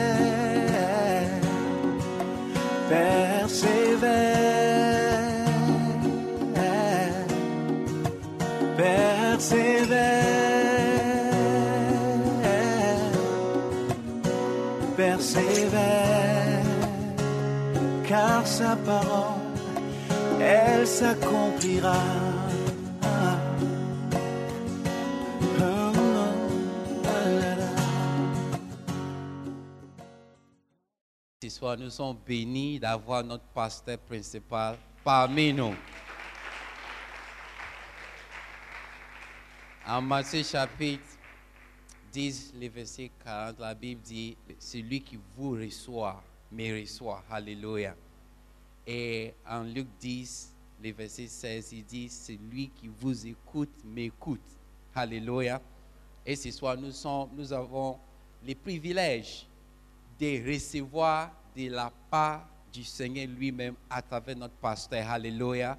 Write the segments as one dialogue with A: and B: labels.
A: Persévère, persévère, persévère, persévère, car sa parole, elle s'accomplira. Oh, oh, la, la.
B: Ce soir, nous sommes bénis d'avoir notre pasteur principal parmi nous. En Matthieu chapitre 10, le verset 40, la Bible dit, celui qui vous reçoit, me reçoit. Alléluia. Et en Luc 10, le verset 16, il dit, celui qui vous écoute, m'écoute. Alléluia. Et ce soir, nous, sommes, nous avons le privilège de recevoir de la part du Seigneur lui-même à travers notre pasteur. Alléluia.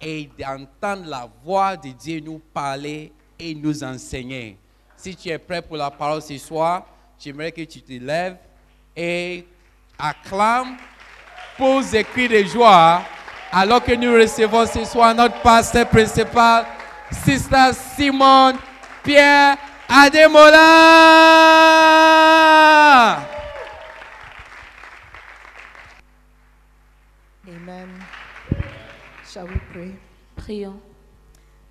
B: Et d'entendre la voix de Dieu nous parler et nous enseigner. Si tu es prêt pour la parole ce soir, j'aimerais que tu te lèves et acclame pour des cris de joie alors que nous recevons ce soir notre pasteur principal, Sister Simone Pierre Ademola.
C: Amen. Shall we pray?
D: Prions.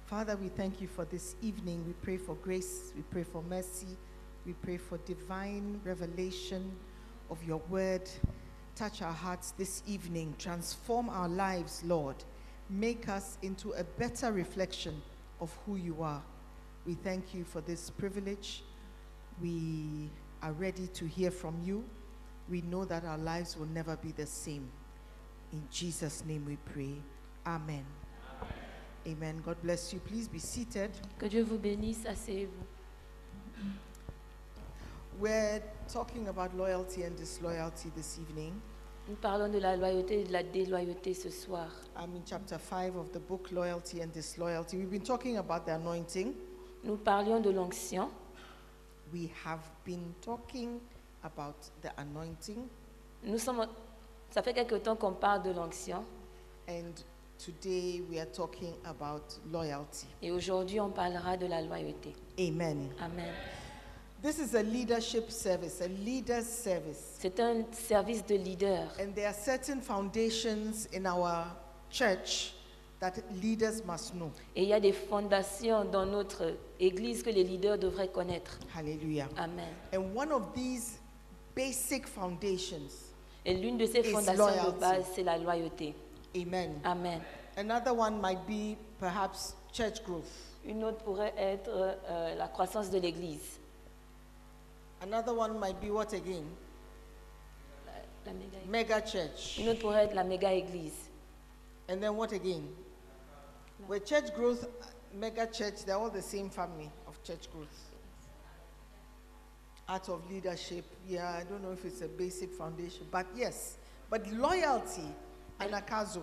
C: Father, we thank you for this evening. We pray for grace. We pray for mercy. We pray for divine revelation of your word. Touch our hearts this evening. Transform our lives, Lord. Make us into a better reflection of who you are. We thank you for this privilege. We are ready to hear from you. We know that our lives will never be the same. In Jesus' name we pray. Amen. Amen. God bless you. Please be seated.
D: Que Dieu vous bénisse. Asseyez-vous.
C: We're talking about loyalty and disloyalty this evening.
D: Nous parlons de la loyauté et de la déloyauté ce soir.
C: I'm in chapter 5 of the book Loyalty and Disloyalty. We've been talking about the anointing.
D: Nous parlions de l'onction.
C: We have been talking about the anointing.
D: Nous sommes. Ça fait quelque temps qu'on parle de l'onction.
C: And today we are talking about loyalty.
D: Et aujourd'hui, on parlera de la loyauté.
C: Amen.
D: Amen.
C: This is a leadership service, a leader's service.
D: C'est un service de leader.
C: And there are certain foundations in our church that leaders must know.
D: Et il y a des fondations dans notre église que les leaders devraient connaître.
C: Hallelujah.
D: Amen.
C: And one of these basic foundations,
D: Et l'une de ces
C: It's
D: fondations
C: loyalty.
D: de base, c'est la loyauté.
C: amen.
D: Amen.
C: Another one might be perhaps church growth.
D: Une autre pourrait être euh, la croissance de l'église.
C: Another one might be what again?
D: La méga-
C: Mega church.
D: Une autre pourrait être la méga église.
C: And then what again? With church growth, mega church, they're all the same family of church growth. Art of leadership, yeah, I don't know if it's a basic foundation, but yes. But loyalty, anakazo,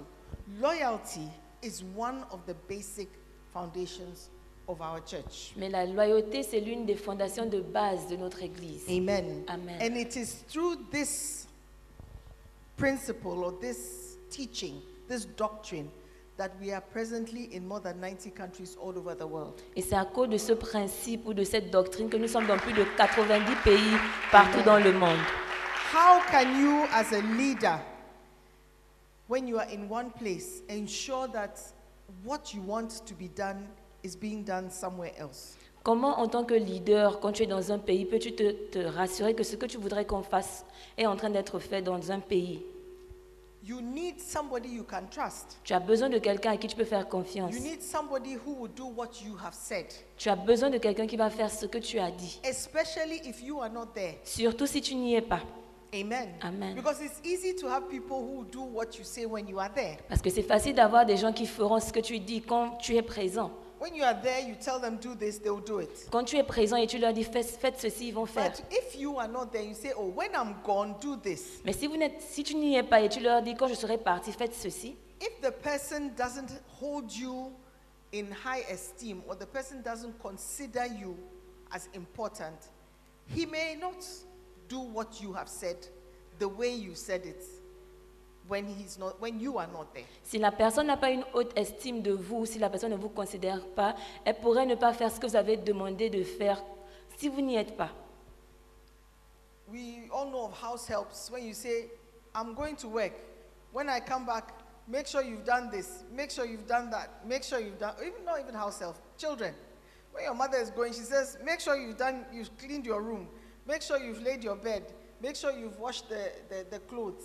C: loyalty is one of the basic foundations of our church.
D: Mais la loyauté, c'est l'une des fondations de base de notre Église.
C: Amen.
D: Amen.
C: And it is through this principle or this teaching, this doctrine, that we are presently in more than 90 countries all over the world.
D: Et c'est à cause de ce principe ou de cette doctrine que nous sommes dans plus de 90 pays partout dans le monde.
C: How can you, as a leader, when you are in one place, ensure that what you want to be done is being done somewhere else?
D: Comment, en tant que leader, quand tu es dans un pays, peux-tu te, te rassurer que ce que tu voudrais qu'on fasse est en train d'être fait dans un pays
C: You need somebody you can trust.
D: Tu as besoin de quelqu'un à qui tu peux faire confiance.
C: You need somebody who will do what you have said,
D: Tu as besoin de quelqu'un qui va faire ce que tu as dit.
C: especially if you are not there.
D: Surtout si tu n'y es pas.
C: Amen.
D: Amen.
C: Because it's easy to have people who do what you say when you are there.
D: Parce que c'est facile d'avoir des gens qui feront ce que tu dis quand tu es présent.
C: When you are there, you tell them do this, they'll do it.
D: Quand tu es présent et tu leur dis faites, faites ceci, ils vont faire.
C: But if you are not there, you say, "Oh, when I'm gone, do this."
D: Mais si, vous n'êtes- si tu n'y es pas et tu leur dis quand je serai parti, faites ceci,
C: If the person doesn't hold you in high esteem or the person doesn't consider you as important, he may not do what you have said the way you said it when he's not when you are not there.
D: si la personne n'a pas une haute estime de vous, si la personne ne vous considère pas, elle pourrait ne pas faire ce que vous avez demandé de faire si vous n'y êtes pas.
C: We all know of house helps when you say, I'm going to work. When I come back, make sure you've done this, make sure you've done that, make sure you've done, even not even house help, children. When your mother is going, she says, make sure you've done, you've cleaned your room, make sure you've laid your bed, make sure you've washed the, the, the clothes.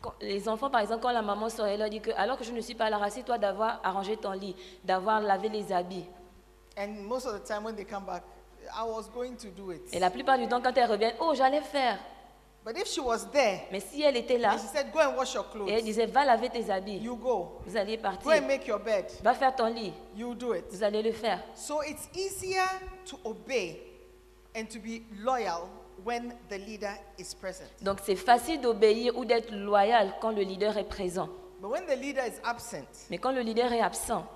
D: Quand- Les enfants, par exemple, quand la maman sort, elle leur dit que alors que je ne suis pas là, rassure-toi d'avoir arrangé ton lit, d'avoir lavé les habits.
C: And most of the time when they come back, I was going to do it.
D: Et la plupart du temps, quand elles reviennent, oh, j'allais faire.
C: But if she was there
D: Mais si elle était là
C: and she said, go and wash your
D: et elle
C: clothes,
D: disait, va laver tes habits,
C: you go.
D: vous alliez
C: Go
D: partir.
C: and make your bed,
D: Va faire ton lit,
C: you do it.
D: vous allez le faire.
C: So it's easier to obey and to be loyal when the leader is present.
D: Donc c'est facile d'obéir ou d'être loyal quand le leader est présent.
C: But when the leader is absent,
D: Mais quand le leader est absent,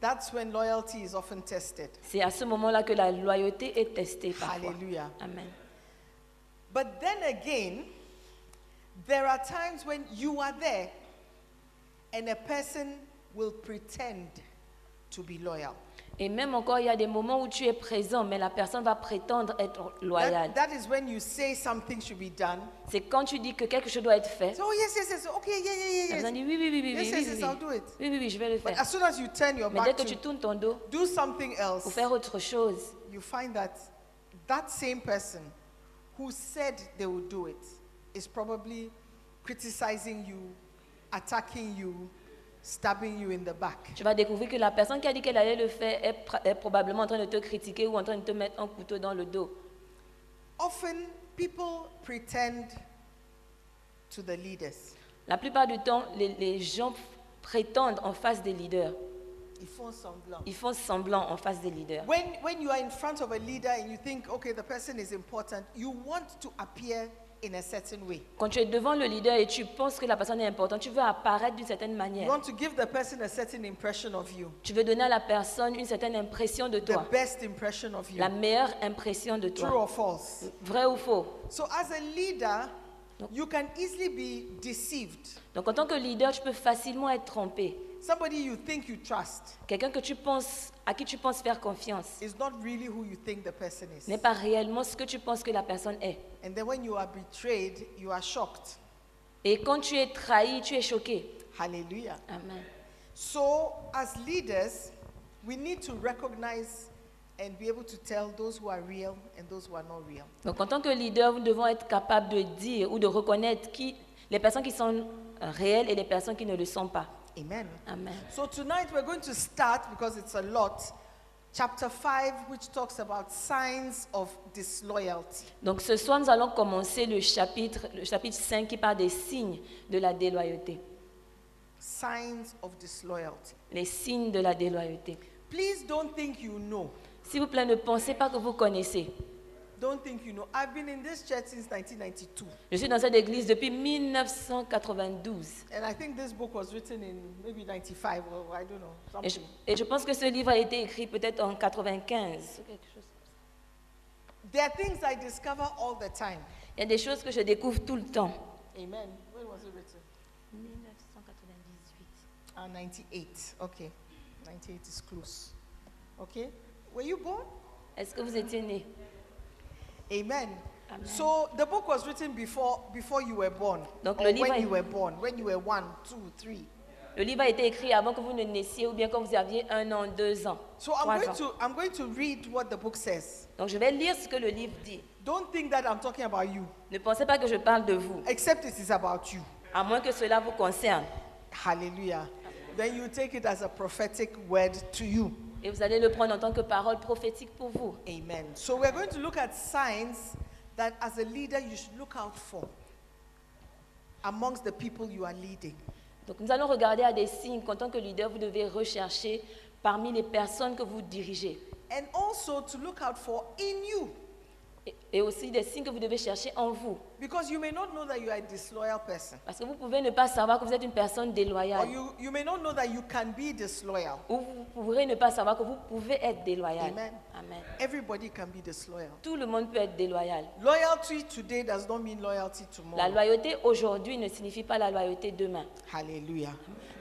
C: that's when loyalty is often tested.
D: c'est à ce moment-là que la loyauté est testée parfois.
C: Hallelujah.
D: Amen.
C: But then again, there are times when you are there and a person will pretend to be loyal.
D: Et même encore, il y a des moments où tu es présent, mais la personne va prétendre être
C: That-
D: loyale.
C: that is when you say something should be done.
D: C'est quand tu dis que quelque chose doit être fait.
C: So, oh, yes, yes, yes. Okay, yeah,
D: La
C: yeah, yeah,
D: personne
C: yes.
D: dit oui, oui, oui, oui, oui,
C: Yes,
D: oui,
C: yes, yes,
D: oui,
C: I'll do
D: oui,
C: it.
D: oui, oui, oui, je vais le
C: But
D: faire.
C: as soon as you turn your
D: Mais dès
C: back
D: que tu
C: to
D: tournes ton dos
C: do something else,
D: pour faire autre chose,
C: you find that that same person who said they would do it is probably criticizing you, attacking you, stabbing you in the back.
D: tu vas découvrir que la personne qui a dit qu'elle allait le faire est, pr- est probablement en train de te critiquer ou en train de te mettre un couteau dans le dos.
C: Often people pretend to the leaders.
D: La plupart du temps, les, les gens prétendent en face des leaders.
C: Ils font semblant.
D: Ils font semblant en face des leaders.
C: When, when you are in front of a leader and you think, okay, the person is important, you want to appear in a certain way.
D: Quand tu es devant le leader et tu penses que la personne est importante, tu veux apparaître d'une certaine
C: You
D: manière.
C: want to give the person a certain impression of you,
D: Tu veux donner à la personne une certaine impression de
C: the
D: toi,
C: best impression of you,
D: la meilleure impression de
C: true
D: toi.
C: or false.
D: Vrai ou faux
C: So as a leader, you can easily be deceived.
D: Donc en tant que leader, tu peux facilement être trompé.
C: Somebody you think you trust
D: Quelqu'un que tu penses, à qui tu penses faire confiance
C: is not really who you think the person is.
D: n'est pas réellement ce que tu penses que la personne est.
C: And then when you are betrayed, you are shocked.
D: Et quand tu es trahi, tu es choqué.
C: Hallelujah.
D: Amen.
C: So as leaders, we need to recognize and be able to tell those who are real and those who are not real.
D: Donc en tant que leader, nous devons être capables de dire ou de reconnaître qui, les personnes qui sont euh, réelles et les personnes qui ne le sont pas.
C: Amen.
D: Amen.
C: So tonight we're going to start because it's a lot. Chapter 5 which talks about signs of disloyalty.
D: Donc ce soir, nous allons commencer le chapitre, le chapitre 5 qui parle des signes de la déloyauté.
C: Signs of disloyalty.
D: Les signes de la déloyauté.
C: Please don't think you know.
D: S'il vous plaît, ne pensez pas que vous connaissez.
C: Don't think you know. I've been in this church since 1992,
D: Je suis dans cette église depuis 1992.
C: and I think this book was written in maybe 95 or I don't know
D: Et je,
C: something.
D: et je pense que ce livre a été écrit peut-être en 95.
C: There are things I discover all the time.
D: Il y a des choses que je découvre tout le temps.
C: Amen. When was it written? 1998. Ah, 98. Okay, 98 is close. Okay, were you born?
D: Est-ce que vous étiez né
C: Amen. So the book was written before before you were born,
D: Donc,
C: or
D: le livre
C: when
D: est-
C: you were born, when you were one, two, three.
D: Le livre a été écrit avant que vous ne naissiez ou bien quand vous aviez un an, deux ans,
C: So I'm
D: trois
C: going
D: ans.
C: to I'm going to read what the book says.
D: Donc je vais lire ce que le livre dit.
C: Don't think that I'm talking about you,
D: Ne pensez pas que je parle de vous,
C: except it is about you.
D: à moins que cela vous concerne.
C: Hallelujah. Then you take it as a prophetic word to you.
D: Et vous allez le prendre en tant que parole prophétique pour vous.
C: Amen. So we're going to look at signs that as a leader you should look out for amongst the people you are leading.
D: Donc nous allons regarder à des signes qu'en tant que leader, vous devez rechercher parmi les personnes que vous dirigez.
C: And also to look out for in you.
D: Et- Et aussi des signes que vous devez chercher en vous.
C: Because you may not know that you are a disloyal person.
D: Parce que vous pouvez ne pas savoir que vous êtes une personne
C: Or
D: déloyale.
C: you, you may not know that you can be disloyal.
D: Ou vous pourrez ne pas savoir que vous pouvez être déloyal.
C: Amen.
D: Amen.
C: Everybody can be disloyal.
D: Tout le monde peut être déloyal.
C: Loyalty today does not mean loyalty
D: La
C: tomorrow.
D: loyauté aujourd'hui ne signifie pas la loyauté demain.
C: Hallelujah.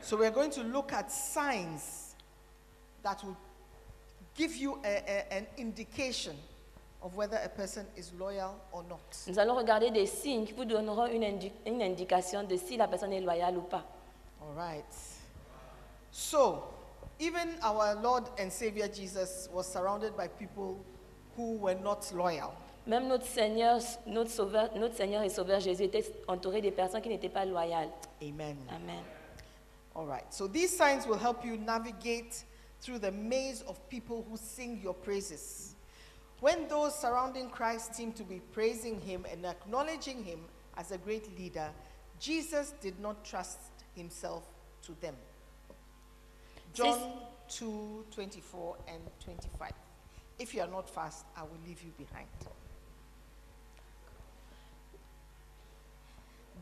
C: So we're going to look at signs that will give you a- a- an indication of whether a person is loyal or not.
D: Nous allons regarder des signes qui vous donneront une, indi- une indication de si la personne est loyale ou pas.
C: All right. So, even our Lord and Savior Jesus was surrounded by people who were not loyal.
D: Même notre Seigneur, notre, sauveur, notre Seigneur et Sauveur Jésus était entouré des personnes qui n'étaient pas loyales.
C: Amen.
D: Amen.
C: All right. So these signs will help you navigate through the maze of people who sing your praises. When those surrounding Christ seem to be praising him and acknowledging him as a great leader, Jesus did not trust himself to them. John 2 24 and 25. If you are not fast, I will leave you behind.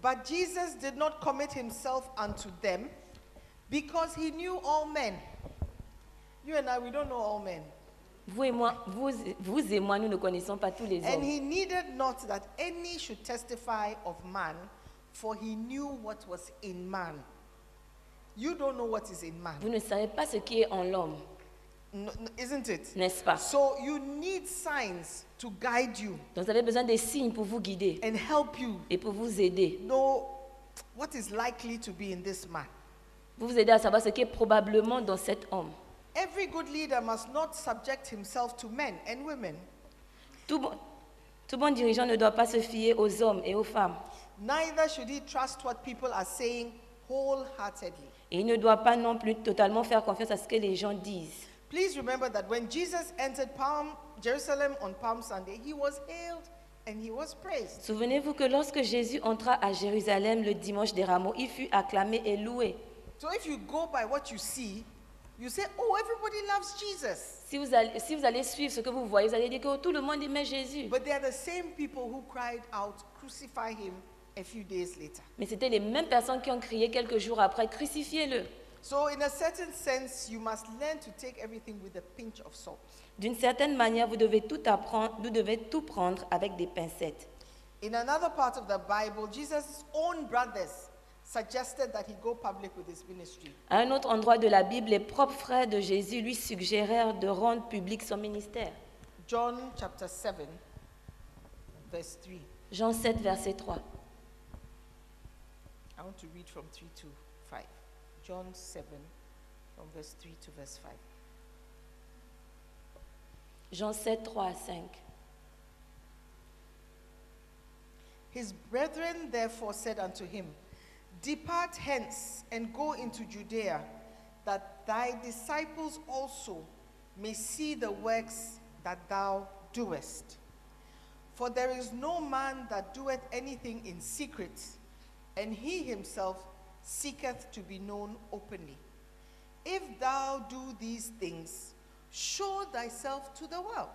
C: But Jesus did not commit himself unto them because he knew all men. You and I, we don't know all men.
D: Vous et moi, vous, vous et moi, nous ne connaissons pas tous les
C: And
D: hommes.
C: he needed not that any should testify of man, for he knew what was in man. You don't know what is in man,
D: Vous ne savez pas ce qui est en l'homme,
C: n- n- isn't it?
D: n'est-ce pas
C: So you need signs to guide you
D: Donc vous avez besoin des signes pour vous guider
C: and help you
D: et pour vous aider.
C: know what is likely to be in this man.
D: Vous vous aidez à savoir ce qui est probablement dans cet homme.
C: Every good leader must not subject himself to men and women,
D: Tout bon, tout bon dirigeant ne doit pas se fier aux hommes et aux femmes.
C: neither should he trust what people are saying wholeheartedly.
D: Et il ne doit pas non plus totalement faire confiance à ce que les gens disent.
C: Please remember that when Jesus entered Palm, Jerusalem on Palm Sunday, he was hailed and he was praised.
D: Souvenez-vous que lorsque Jésus entra à Jérusalem le dimanche des rameaux, il fut acclamé et loué.
C: So if you go by what you see, you say, oh, everybody loves Jesus.
D: Si vous allez, si vous allez suivre ce que vous voyez, vous allez dire que oh, tout le monde aimait Jésus.
C: But they are the same people who cried out, crucify him a few days later.
D: Mais c'était les mêmes personnes qui ont crié quelques jours après, crucifiez-le.
C: So, in a certain sense, you must learn to take everything with a pinch of salt.
D: D'une certaine manière, vous devez tout apprendre, vous devez tout prendre avec des pincettes.
C: In another part of the Bible, Jesus' own brothers suggested that he go public with his ministry.
D: À un autre endroit de la Bible, les propres frères de Jésus lui suggérèrent de rendre public son ministère.
C: John chapter 7, verse 3.
D: Jean 7, verset 3.
C: I want to read from 3 to 5. John 7, from verse 3 to verse 5.
D: Jean 7, 3 à 5.
C: His brethren therefore said unto him, Depart hence and go into Judea, that thy disciples also may see the works that thou doest. For there is no man that doeth anything in secret, and he himself seeketh to be known openly. If thou do these things, show thyself to the world.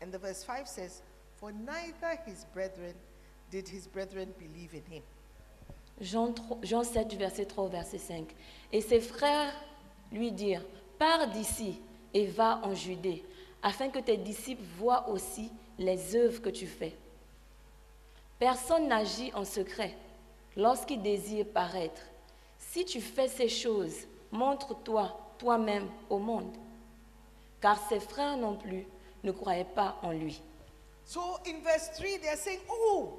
C: And the verse 5 says, For neither his brethren did his brethren believe in him.
D: Jean, 3 Jean 7, du verset 3 au verset 5. Et ses frères lui dirent, pars d'ici et va en Judée, afin que tes disciples voient aussi les œuvres que tu fais. Personne n'agit en secret lorsqu'il désire paraître. Si tu fais ces choses, montre-toi toi-même au monde. Car ses frères non plus ne croyaient pas en lui.
C: So in verse 3, they're saying, Oh,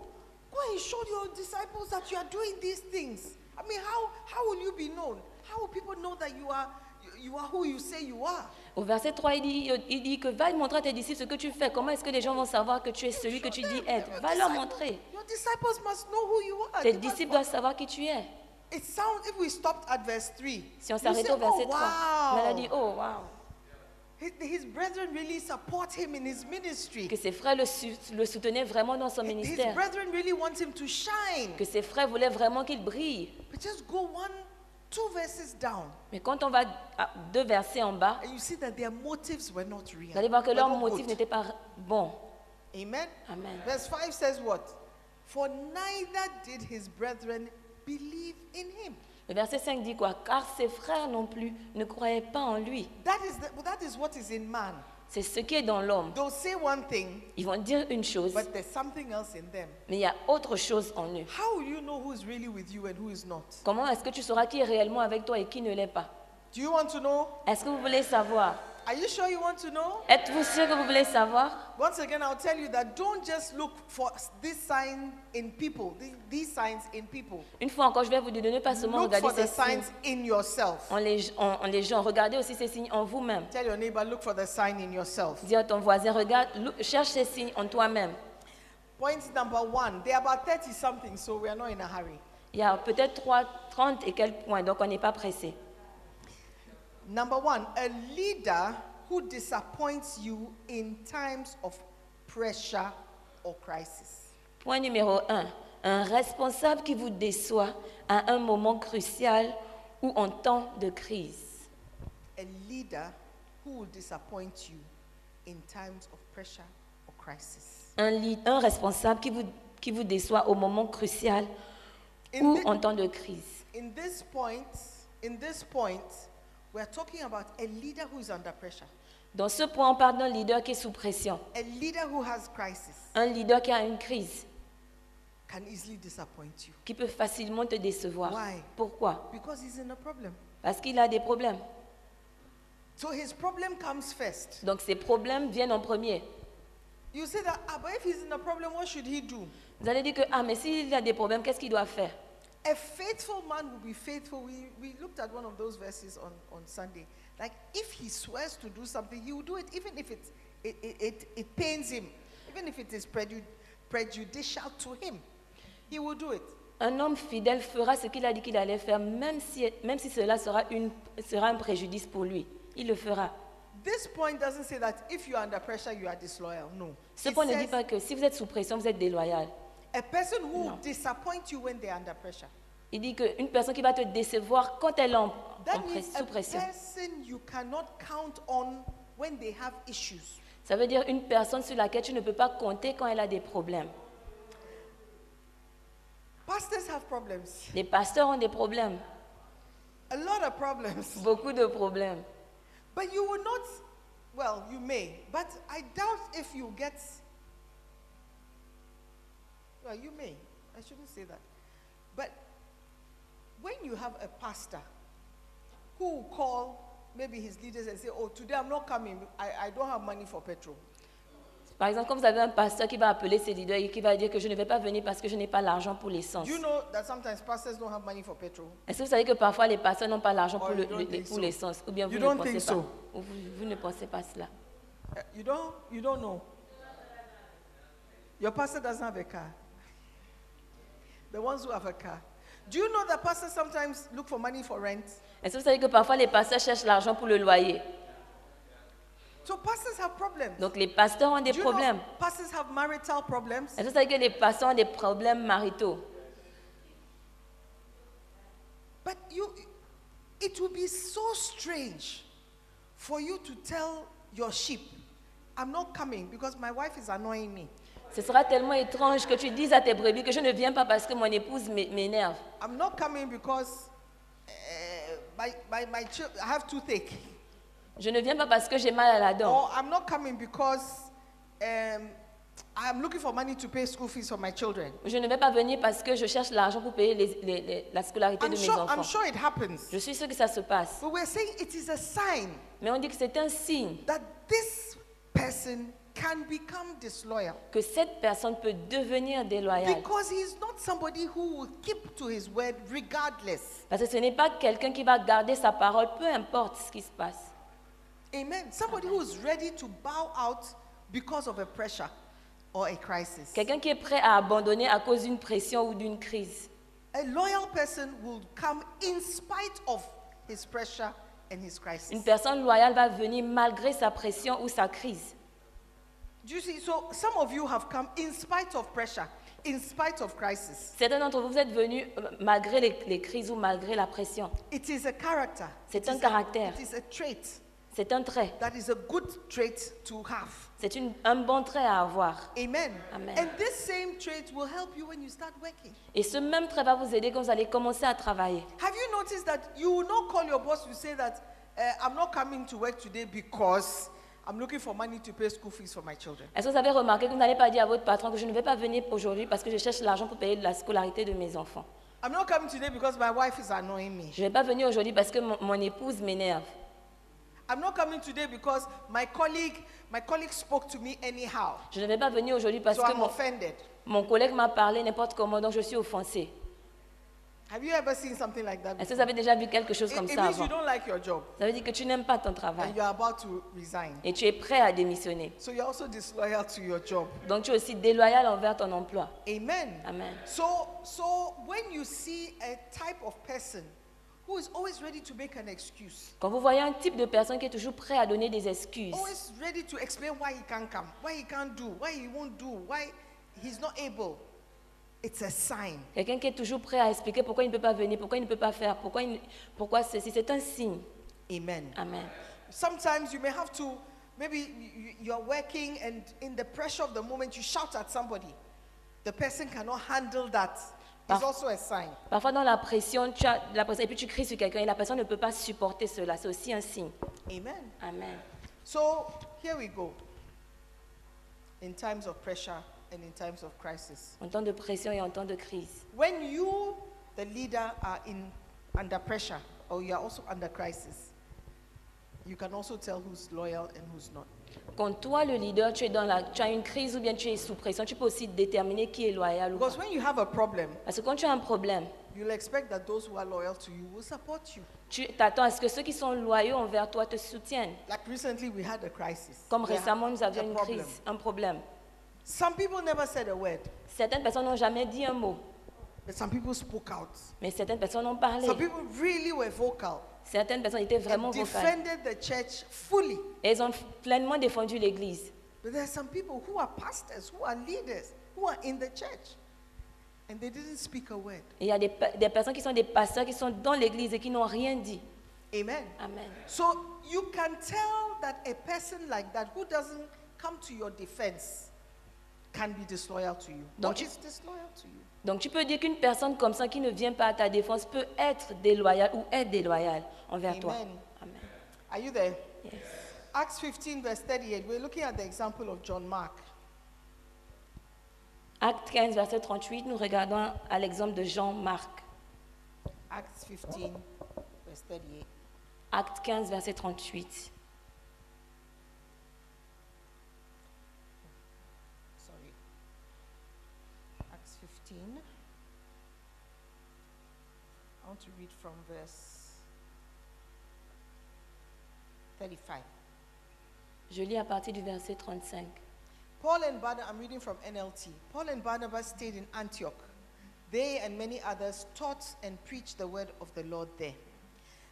C: go and show your disciples that you are doing these things. I mean, how, how will you be known? How will people know that you are, you- you are who you say you are?
D: Au verset 3, il dit, il dit que va montrer à tes disciples ce que tu fais. Comment est-ce que les gens vont savoir que tu es celui que tu dis être
C: Your
D: Va leur
C: disciples-
D: montrer.
C: Your disciples must know who you are.
D: Tes
C: You must
D: disciples doivent savoir qui tu es.
C: know. It sounds, if we stopped at verse 3,
D: Si on
C: you
D: s'arrête
C: say,
D: au verset
C: oh,
D: 3, on a
C: wow.
D: dit, oh wow.
C: His, his brethren really support him in his ministry.
D: que ses frères le, su- le soutenaient vraiment dans son
C: His
D: ministère,
C: brethren really want him to shine.
D: que ses frères voulaient vraiment qu'il brille.
C: But just go one, two verses down,
D: Mais quand on va à deux versets en bas,
C: and you see that their motives were not real.
D: vous allez voir que
C: were
D: leur
C: not
D: motif
C: good.
D: n'était pas bon.
C: Amen.
D: Amen.
C: Verse 5 says what? For neither did his brethren believe in him.
D: Le verset 5 dit quoi Car ses frères non plus ne croyaient pas en lui.
C: That is, the, that is what is in man.
D: C'est ce qui est dans l'homme.
C: They'll say one thing,
D: Ils vont dire une chose,
C: but there's something else in them.
D: mais il y a autre chose en eux.
C: How will you know who is really with you and who is not?
D: Comment est-ce que tu sauras qui est réellement avec toi et qui ne l'est pas
C: Do you want to know?
D: Est-ce que vous voulez savoir
C: Are you sure you want to know?
D: Êtes-vous sûr que vous voulez savoir
C: Once again, I'll tell you that don't just look for s- this sign in people, th- these signs in people.
D: Une fois encore, je vais vous dire de ne pas seulement
C: Look
D: regarder
C: for the
D: ces signes
C: signs in yourself.
D: en les, en- en les gens. Regardez aussi ces signes en vous-même.
C: Tell your neighbor, look for the sign in yourself.
D: Dis à ton voisin, regarde, lou- cherche ces signes en toi-même.
C: Point number one, there are about 30 something, so we are not in a hurry.
D: Il y a peut-être 3, 30 et quelques points, donc on n'est pas pressé.
C: Number one, a leader who disappoints you in times of pressure or crisis.
D: Point numéro 1. Un responsable qui vous déçoit à un moment crucial ou en temps de crise.
C: A leader who will disappoint you in times of pressure or crisis.
D: Un, lead- un responsable qui vous, qui vous déçoit au moment crucial
C: In
D: ou
C: thi-
D: en temps de crise.
C: In this point, in this point, we're talking about a leader who is under pressure,
D: Dans ce point, on parle d'un leader qui est sous pression.
C: a leader who has crisis,
D: Un leader qui a une crise,
C: can easily disappoint you
D: qui peut facilement te décevoir.
C: Why?
D: Pourquoi
C: because he's in a problem.
D: Parce qu'il a des problèmes.
C: So his problem comes first.
D: Donc ces problèmes viennent en premier.
C: You say that, ah, but if he's in a problem, what should he do?
D: Vous allez dire que, ah, mais s'il a des problèmes, qu'est-ce qu'il doit faire
C: A faithful man will be faithful. We, we looked at one of those verses on, on Sunday. Like, if he swears to do something, he will do it, even if it's, it, it, it, it pains him, even if it is preju- prejudicial to him. He will do it.
D: Un homme fidèle fera ce qu'il a dit qu'il allait faire, même si, même si cela sera, une, sera un préjudice pour lui. Il le fera.
C: This point doesn't say that if you are under pressure, you are disloyal. No.
D: Ce
C: It
D: point ne
C: says
D: dit pas que si vous êtes sous pression, vous êtes déloyal.
C: a person who will disappoint you when they're under pressure.
D: Il dit qu'une personne qui va te décevoir quand elle est en, en
C: That
D: press-
C: means a
D: sous pression,
C: person you cannot count on when they have issues.
D: ça veut dire une personne sur laquelle tu ne peux pas compter quand elle a des problèmes.
C: Pastors have problems,
D: Les pasteurs ont des problèmes,
C: a lot of problems.
D: beaucoup de problèmes.
C: But you will not, well, you may, but I doubt if you get, well, you may, I shouldn't say that. But when you have a pastor who will call maybe his leaders and say, oh, today I'm not coming, I, I don't have money for petrol.
D: Par exemple, quand vous avez un pasteur qui va appeler ses leaders et qui va dire que je ne vais pas venir parce que je n'ai pas l'argent pour l'essence.
C: Do you know that sometimes pastors don't have money for petrol?
D: Est-ce que vous savez que parfois les personnes n'ont pas l'argent
C: Oh,
D: pour
C: you
D: le-
C: don't
D: le-
C: think
D: pour
C: so.
D: l'essence Ou bien vous
C: You
D: ne,
C: don't
D: pensez
C: think
D: pas,
C: so.
D: ou vous, vous ne pensez pas cela
C: Uh, you don't, you don't know. Your pastor doesn't have a car. The ones who have a car. Do you know that pastors sometimes look for money for rent?
D: Est-ce que vous savez que parfois les pasteurs cherchent l'argent pour le loyer
C: So pastors have problems.
D: Donc les pasteurs ont des
C: Do you
D: problèmes.
C: know pastors have marital problems?
D: Est-ce que vous savez que les pasteurs ont des problèmes maritaux
C: But you, it would be so strange for you to tell your sheep, I'm not coming because my wife is annoying me.
D: Ce sera tellement étrange que tu dises à tes brebis que je ne viens pas parce que mon épouse m'é- m'énerve.
C: I'm not coming because uh, my, my, my chil- I have toothache.
D: Je ne viens pas parce que j'ai mal à la dent.
C: Or I'm not coming because um, I'm looking for money to pay school fees for my children.
D: Je ne vais pas venir parce que je cherche l'argent pour payer les- les- les- la scolarité
C: I'm
D: de mes
C: sure,
D: enfants.
C: I'm sure it happens.
D: Je suis sûre que ça se passe.
C: But we're saying it is a sign
D: Mais on dit que c'est un signe
C: that this person can become disloyal
D: que cette personne peut devenir déloyale.
C: because he's not somebody who will keep to his word regardless.
D: Parce que ce n'est pas quelqu'un qui va garder sa parole, peu importe ce qui se passe.
C: Amen. Somebody who is ready to bow out because of a pressure or a crisis.
D: Quelqu'un qui est prêt à abandonner à cause d'une pression ou d'une crise.
C: A loyal person will come in spite of his pressure and his
D: Une
C: crisis.
D: personne loyale va venir malgré sa pression ou sa crise.
C: Do you see? So some of you have come in spite of pressure, in spite of crisis.
D: Certains d'entre vous, vous êtes venus euh, malgré les, les crises ou malgré la pression.
C: It is a character.
D: C'est
C: It
D: un
C: is a-
D: caractère.
C: It is a trait
D: C'est un trait.
C: that is a good trait to have.
D: C'est une- un bon trait à avoir.
C: Amen.
D: Amen.
C: And this same trait will help you when you start working.
D: Et ce même trait va vous aider quand vous allez commencer à travailler.
C: Have you noticed that you will not call your boss to say that eh, I'm not coming to work today because I'm looking for money to pay school fees for my children?
D: Est-ce que vous avez remarqué que vous n'allez pas dire à votre patron que je ne vais pas venir aujourd'hui parce que je cherche l'argent pour payer la scolarité de mes enfants.
C: I'm not coming today because my wife is annoying me.
D: Je ne vais pas venir aujourd'hui parce que mon, mon épouse m'énerve.
C: I'm not coming today because my colleague, my colleague spoke to me anyhow.
D: Je ne vais pas venir aujourd'hui parce
C: so
D: que
C: I'm
D: mon,
C: offended.
D: mon collègue m'a parlé n'importe comment, donc je suis offensée.
C: Have you ever seen something like that?
D: Est-ce que
C: before?
D: vous avez déjà vu quelque chose
C: It-
D: comme
C: it
D: ça
C: means
D: avant
C: you don't like your job
D: Ça veut dire que tu n'aimes pas ton travail
C: and you're about to resign.
D: et tu es prêt à démissionner.
C: So you're also disloyal to your job.
D: Donc tu es aussi déloyal envers ton emploi.
C: Amen.
D: Amen.
C: So, so when you see a type of person who is always ready to make an excuse,
D: Quand vous voyez un type de personne qui est toujours prêt à donner des excuses,
C: always ready to explain why he can't come, why he can't do, why he won't do, why he's not able, it's a sign.
D: quelqu'un qui est toujours prêt à expliquer pourquoi il ne peut pas venir, pourquoi il ne peut pas faire, pourquoi, il ne- pourquoi ceci, c'est un signe.
C: Amen.
D: Amen.
C: Sometimes you may have to, maybe you- you- you're working and in the pressure of the moment you shout at somebody. The person cannot handle that. It's
D: Ah.
C: also a sign.
D: Parfois dans la pression, tu as de la pression et puis tu cries sur quelqu'un et la personne ne peut pas supporter cela. C'est aussi un signe.
C: Amen.
D: Amen.
C: So here we go. In times of pressure and in times of crisis.
D: En temps de pression et en temps de crise.
C: When you, the leader, are in under pressure or you are also under crisis, you can also tell who's loyal and who's not.
D: Quand toi, le leader, tu, es dans la, tu as une crise ou bien tu es sous pression, tu peux aussi déterminer qui est loyal ou pas.
C: Because when you have a problem,
D: Parce que quand tu as un problème,
C: you'll expect that those who are loyal to you will support you.
D: tu t'attends à ce que ceux qui sont loyaux envers toi te soutiennent.
C: Like recently, we had a crisis.
D: Comme
C: We had
D: récemment, nous
C: a
D: avions une
C: problem.
D: crise, un problème.
C: Some people never said a word,
D: Certaines personnes n'ont jamais dit un mot,
C: but some people spoke out.
D: mais certaines personnes ont parlé.
C: Some people really were vocal
D: Certaines personnes étaient vraiment
C: and
D: vocales.
C: defended the church fully.
D: Et elles ont pleinement défendu l'Église.
C: But there are some people who are pastors, who are leaders, who are in the church, and they didn't speak a word.
D: Et il y a des, pe- des personnes qui sont des pasteurs qui sont dans l'Église et qui n'ont rien dit.
C: Amen.
D: Amen.
C: So you can tell that a person like that who doesn't come to your defense can be disloyal to you.
D: Don't
C: or
D: you-
C: is disloyal to you.
D: Donc tu peux dire qu'une personne comme ça qui ne vient pas à ta défense peut être déloyale ou est déloyale envers toi.
C: Amen.
D: Amen.
C: Are you there?
D: Yes.
C: Acts 15, verse 38. We're looking at the example of John Mark.
D: Acte 15, verset 38, nous regardons à l'exemple de Jean-Marc.
C: Acts 15, verse 38.
D: Acte 15, verset 38.
C: Sorry. Acts 15. I want to read from verse 35.
D: Je lis à partir du verset 35.
C: Paul and Barnabas, I'm reading from NLT. Paul and Barnabas stayed in Antioch. They and many others taught and preached the word of the Lord there.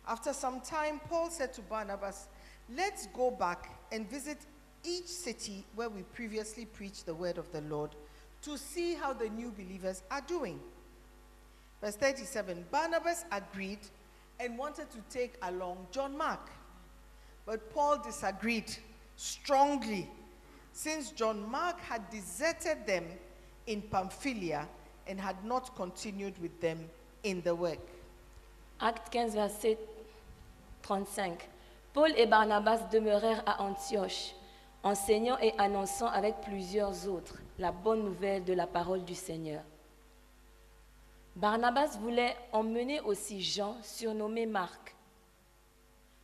C: After some time, Paul said to Barnabas, Let's go back and visit each city where we previously preached the word of the Lord to see how the new believers are doing. Verse 37 Barnabas agreed and wanted to take along John Mark. But Paul disagreed strongly, since John Mark had deserted them in Pamphylia and had not continued with them in the work.
D: Acte 15, verset 35. Paul et Barnabas demeurèrent à Antioche, enseignant et annonçant avec plusieurs autres la bonne nouvelle de la parole du Seigneur. Barnabas voulait emmener aussi Jean, surnommé Marc.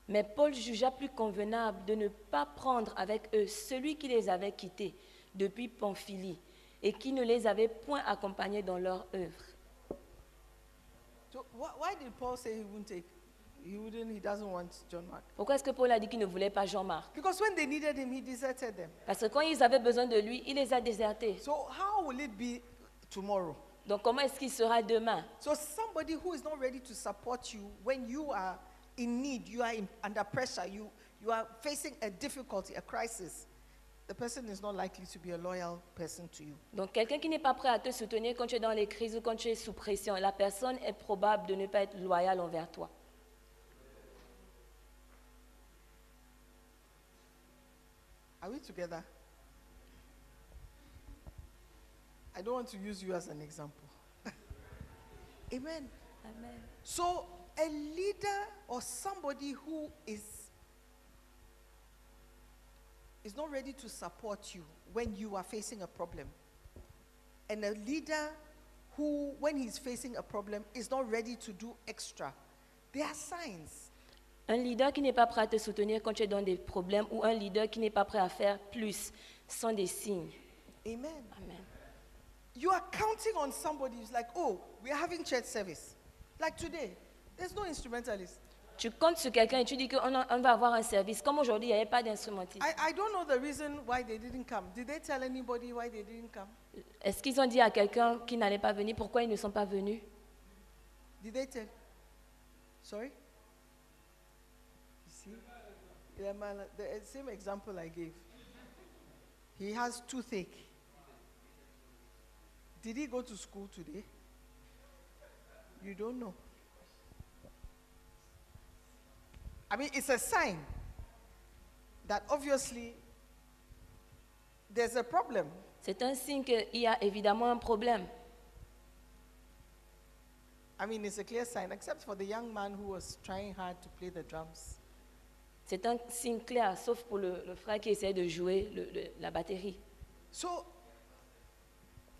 D: Mais Paul jugea plus convenable de ne pas prendre avec eux celui qui les avait quittés depuis Pamphylie et qui ne les avait point accompagnés dans leur œuvre.
C: So wh- why did Paul say he wouldn't take? He wouldn't. He doesn't want John Mark.
D: Pourquoi est-ce que Paul a dit qu'il ne voulait pas Jean-Marc
C: Because when they needed him, he deserted them.
D: Parce que quand ils avaient besoin de lui, il les a désertés.
C: So how will it be tomorrow?
D: Donc comment est-ce qu'il sera demain
C: So somebody who is not ready to support you when you are in need, you are in, under pressure, you you are facing a difficulty, a crisis. The person is not likely to be a loyal person to you.
D: Donc quelqu'un qui n'est pas prêt à te soutenir quand tu es dans les crises ou quand tu es sous pression, la personne est probable de ne pas être loyale envers toi.
C: Are we together? I don't want to use you as an example. Amen.
D: Amen.
C: So, a leader or somebody who is is not ready to support you when you are facing a problem, and a leader who, when he's facing a problem, is not ready to do extra, there are signs.
D: Un leader qui n'est pas prêt à te soutenir quand tu es dans des problèmes ou un leader qui n'est pas prêt à faire plus sont des signes.
C: Amen.
D: Amen.
C: You are counting on somebody who's like, oh, we are having church service. Like today, there's no instrumentalist.
D: Tu comptes sur quelqu'un et tu dis qu'on en- on va avoir un service. Comme aujourd'hui, il n'y avait pas d'instrumentiste.
C: I, I don't know the reason why they didn't come. Did they tell anybody why they didn't come?
D: Est-ce qu'ils ont dit à quelqu'un qui n'allait pas venir pourquoi ils ne sont pas venus
C: Did they tell? Sorry? You see? Yeah, man, the eh, same example I gave. He has toothache. Did he go to school today? You don't know. I mean, it's a sign that obviously there's a problem.
D: C'est un signe qu'il y a évidemment un problème.
C: I mean, it's a clear sign, except for the young man who was trying hard to play the drums.
D: C'est un signe clair, sauf pour le, le frère qui essayait de jouer le- le- la batterie.
C: So,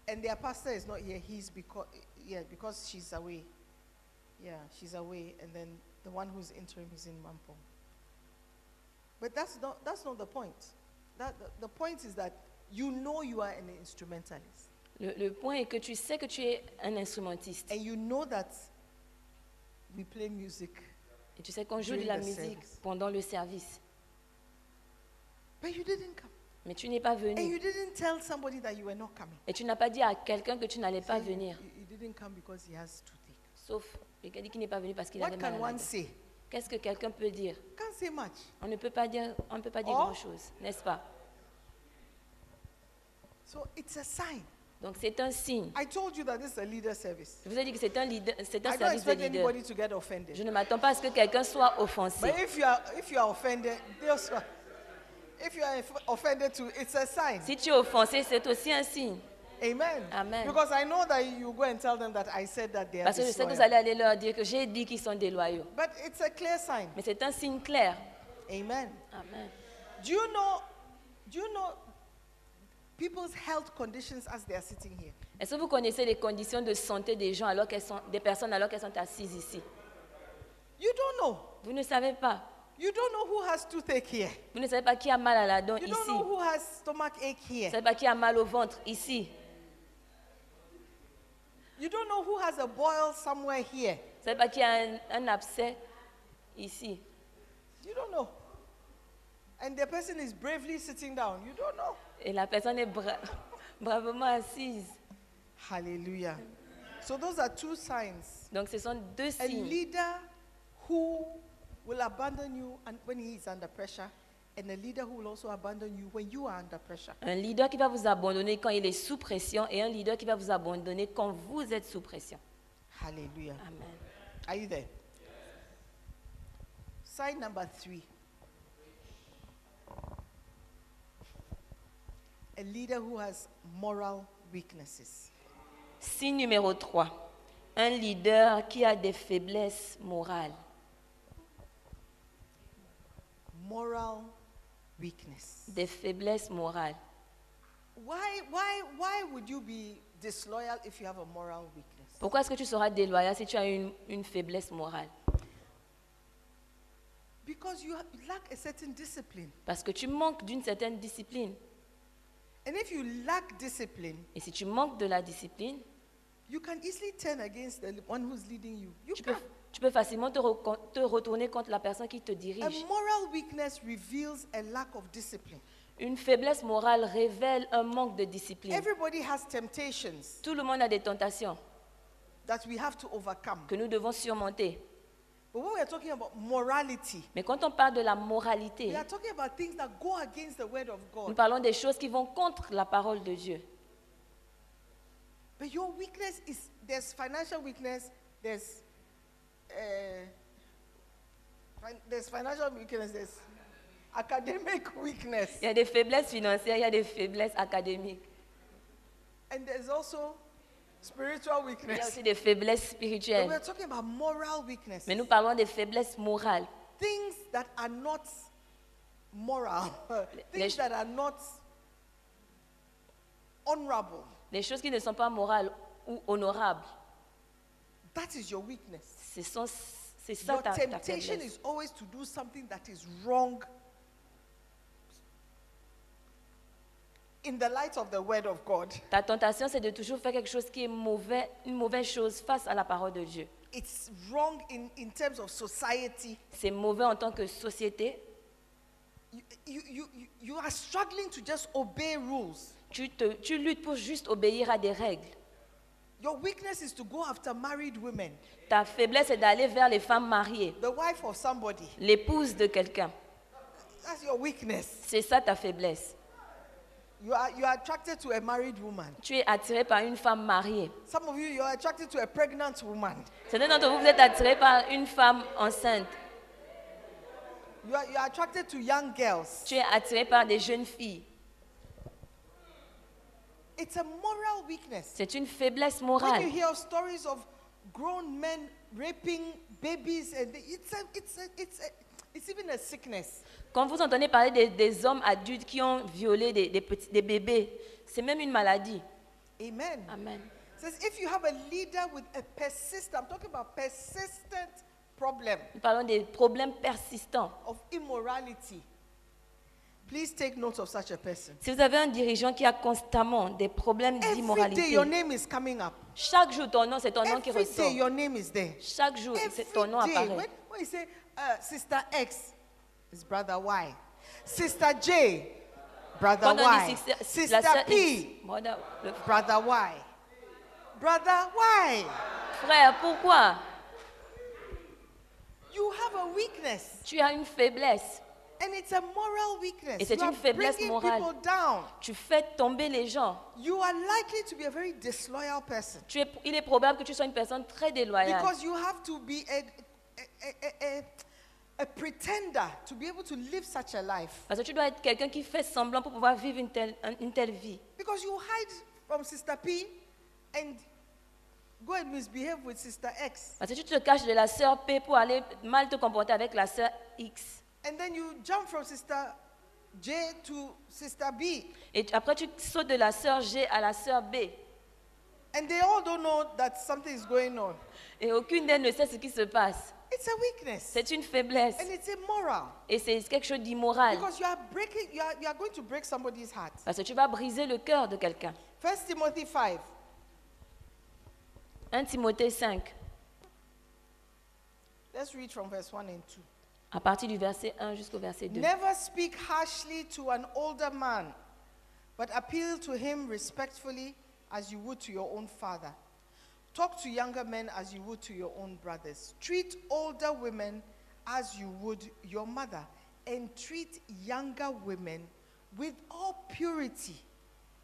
C: and their pastor is not here. He's because yeah, because she's away. Yeah, she's away, and then the one who's interim is in Mampong. But that's not that's not the point. That the, the point is that you know you are an instrumentalist,
D: Le, le point est que tu sais que tu es un instrumentiste.
C: and you know that we play music,
D: Et tu sais qu'on joue de
C: During
D: la
C: the
D: musique
C: service.
D: pendant le service.
C: but you didn't come,
D: Mais tu n'es pas
C: and you
D: venu.
C: didn't tell somebody that you were not coming.
D: Et tu n'as pas dit à quelqu'un que tu n'allais pas
C: Say you-
D: venir.
C: You, you didn't come because he has toothache.
D: Sauf quelqu'un qui n'est pas venu parce qu'il avait
C: What
D: mal à
C: can
D: la
C: one
D: tête.
C: say?
D: Qu'est-ce que quelqu'un peut dire
C: Can't say much.
D: On ne peut pas dire, on ne peut pas dire
C: Oh.
D: grand-chose, n'est-ce pas
C: So it's a sign.
D: Donc c'est un signe.
C: I told you that this is a leader service.
D: Je vous ai dit que c'est un, leader- c'est un
C: I don't
D: service de
C: expect
D: leader.
C: anybody to get
D: Je
C: offended.
D: ne m'attends pas à ce que quelqu'un soit offensé.
C: But if you are if you are offended, there's- if you are inf- offended too, it's a sign.
D: Si tu es offensé, c'est aussi un signe.
C: Amen.
D: Amen.
C: Because I know that you go and tell them that I said that they are
D: Parce que je sais que vous
C: disloyal.
D: allez aller leur dire que j'ai dit qu'ils sont déloyaux.
C: But it's a clear sign.
D: Mais c'est un signe clair.
C: Amen.
D: Amen.
C: Do you know? Do you know people's health conditions as they are sitting here?
D: Est-ce que vous connaissez les conditions de santé des gens alors qu'elles sont des personnes alors qu'elles sont assises ici
C: You don't know.
D: Vous ne savez pas.
C: You don't know who has toothache here.
D: Vous ne savez pas qui a mal à la dent
C: You
D: ici.
C: don't know
D: Vous
C: who has stomach ache here.
D: ne savez pas qui a mal au ventre ici.
C: You don't know who has a boil somewhere here.
D: Vous ne savez pas qui a un, un abcès ici.
C: You don't know. And the person is bravely sitting down. You don't know.
D: Et la personne est bra- bravement assise.
C: Hallelujah. So those are two signs.
D: Donc ce sont deux
C: A
D: signes.
C: leader who will abandon you and when he is under pressure, and a leader who will also abandon you when you are under pressure.
D: Un leader qui va vous abandonner quand il est sous pression et un leader qui va vous abandonner quand vous êtes sous pression.
C: Hallelujah.
D: Amen.
C: Are you there? Sign number three. A leader who has moral weaknesses.
D: Signe numéro 3. Un leader qui a des faiblesses morales.
C: moral weakness.
D: Des faiblesses morales.
C: Why, why, why would you be disloyal if you have a moral weakness?
D: Pourquoi est-ce que tu seras déloyal si tu as une, une faiblesse morale
C: Because you ha- you lack a certain discipline.
D: Parce que tu manques d'une certaine discipline.
C: And if you lack discipline,
D: Et si tu manques de la discipline,
C: you can easily turn against the one who's leading you. You
D: tu
C: can.
D: peux, tu peux facilement te, recon- te retourner contre la personne qui te
C: A
D: dirige.
C: moral weakness reveals a lack of discipline.
D: Une faiblesse morale révèle un manque de discipline.
C: Everybody has temptations
D: Tout le monde a des tentations
C: that we have to overcome.
D: que nous devons surmonter.
C: But when we are talking about morality,
D: Mais quand on parle de la moralité,
C: we are talking about things that go against the word of
D: nous
C: God.
D: parlons des choses qui vont contre la parole de Dieu.
C: But your weakness is there's financial weakness, there's uh, fin- there's financial weakness, there's academic weakness,
D: Il y a des faiblesses financières, il y a des faiblesses académiques,
C: and there's also spiritual
D: il y a
C: weakness.
D: aussi des faiblesses
C: But we're
D: spirituelles.
C: talking about moral weakness.
D: Mais nous parlons des faiblesses morales.
C: things that are not moral, things
D: ch-
C: that are not honorable.
D: Les choses qui ne sont pas morales ou honorables,
C: That is your weakness.
D: ce sont, c'est ça
C: Your
D: ta, ta
C: temptation
D: faiblesse.
C: is always to do something that is wrong in the light of the word of God.
D: Ta tentation, c'est de toujours faire quelque chose qui est mauvais, une mauvaise chose face à la parole de Dieu.
C: It's wrong in, in terms of society.
D: C'est mauvais en tant que société.
C: You, you, you, you- you are struggling to just obey rules.
D: Tu, te- tu luttes pour juste obéir à des règles.
C: Your weakness is to go after married women,
D: Ta faiblesse est d'aller vers les femmes mariées,
C: the wife of somebody.
D: l'épouse de quelqu'un.
C: That's your weakness.
D: C'est ça ta faiblesse.
C: You are, you are attracted to a married woman.
D: Tu es attiré par une femme mariée.
C: Some of you, you are attracted to a pregnant woman.
D: Certains d'entre vous, vous êtes attirés par une femme enceinte.
C: You are, you are attracted to young girls.
D: Tu es attiré par des jeunes filles.
C: It's a moral weakness.
D: C'est une faiblesse
C: When
D: morale.
C: you hear of stories of grown men raping babies, and they- it's, a, it's, a, it's, a, it's even a sickness.
D: Quand vous entendez parler des, des hommes adultes qui ont violé des, des petits, des bébés, c'est même une maladie.
C: Amen.
D: Amen.
C: says if you have a leader with a persistent, I'm talking about persistent problem
D: Nous parlons des problèmes persistants.
C: of immorality, please take note of such a person.
D: Si vous avez un dirigeant qui a constamment des problèmes
C: Every day
D: d'immoralité,
C: your name is coming up.
D: chaque jour ton nom, c'est ton nom qui
C: Every
D: ressort.
C: day your name is there.
D: Chaque jour,
C: Every
D: c'est- ton nom
C: day,
D: apparaît.
C: When, when you say, uh, Sister X, it's brother Y. Sister J, brother
D: Quand on dit
C: Y.
D: six- la
C: Sister
D: sœur X,
C: P,
D: brother- le
C: brother Y. Brother Y.
D: frère, pourquoi
C: You have a weakness,
D: Tu as une faiblesse.
C: and it's a moral weakness.
D: Et c'est
C: you
D: une
C: are
D: faiblesse
C: bringing
D: morale.
C: people down.
D: Tu fais tomber les gens.
C: You are likely to be a very disloyal person
D: Tu es- il est probable que tu sois une personne très déloyale.
C: because you have to be a, a, a, a, a pretender to be able to live such a life.
D: Parce que tu dois être quelqu'un qui fait semblant pour pouvoir vivre une telle, un- une telle vie.
C: Because you hide from Sister P and go and misbehave with Sister X.
D: Parce que tu te caches de la sœur P pour aller mal te comporter avec la sœur X.
C: And then you jump from Sister J to Sister B.
D: Et tu- après, tu sautes de la sœur G à la sœur B.
C: And they all don't know that something is going on.
D: Et aucune d'elles ne sait ce qui se passe.
C: It's a weakness.
D: C'est une faiblesse.
C: And it's immoral.
D: Et c'est quelque chose d'immoral.
C: Because you are breaking, you are, you are going to break somebody's heart.
D: Parce que tu vas briser le cœur de quelqu'un.
C: First Timothy 5.
D: 1 Timothée 5,
C: Let's read from verse 1 and 2.
D: à partir du verset 1 jusqu'au verset 2.
C: Never speak harshly to an older man, but appeal to him respectfully as you would to your own father. Talk to younger men as you would to your own brothers. Treat older women as you would your mother, and treat younger women with all purity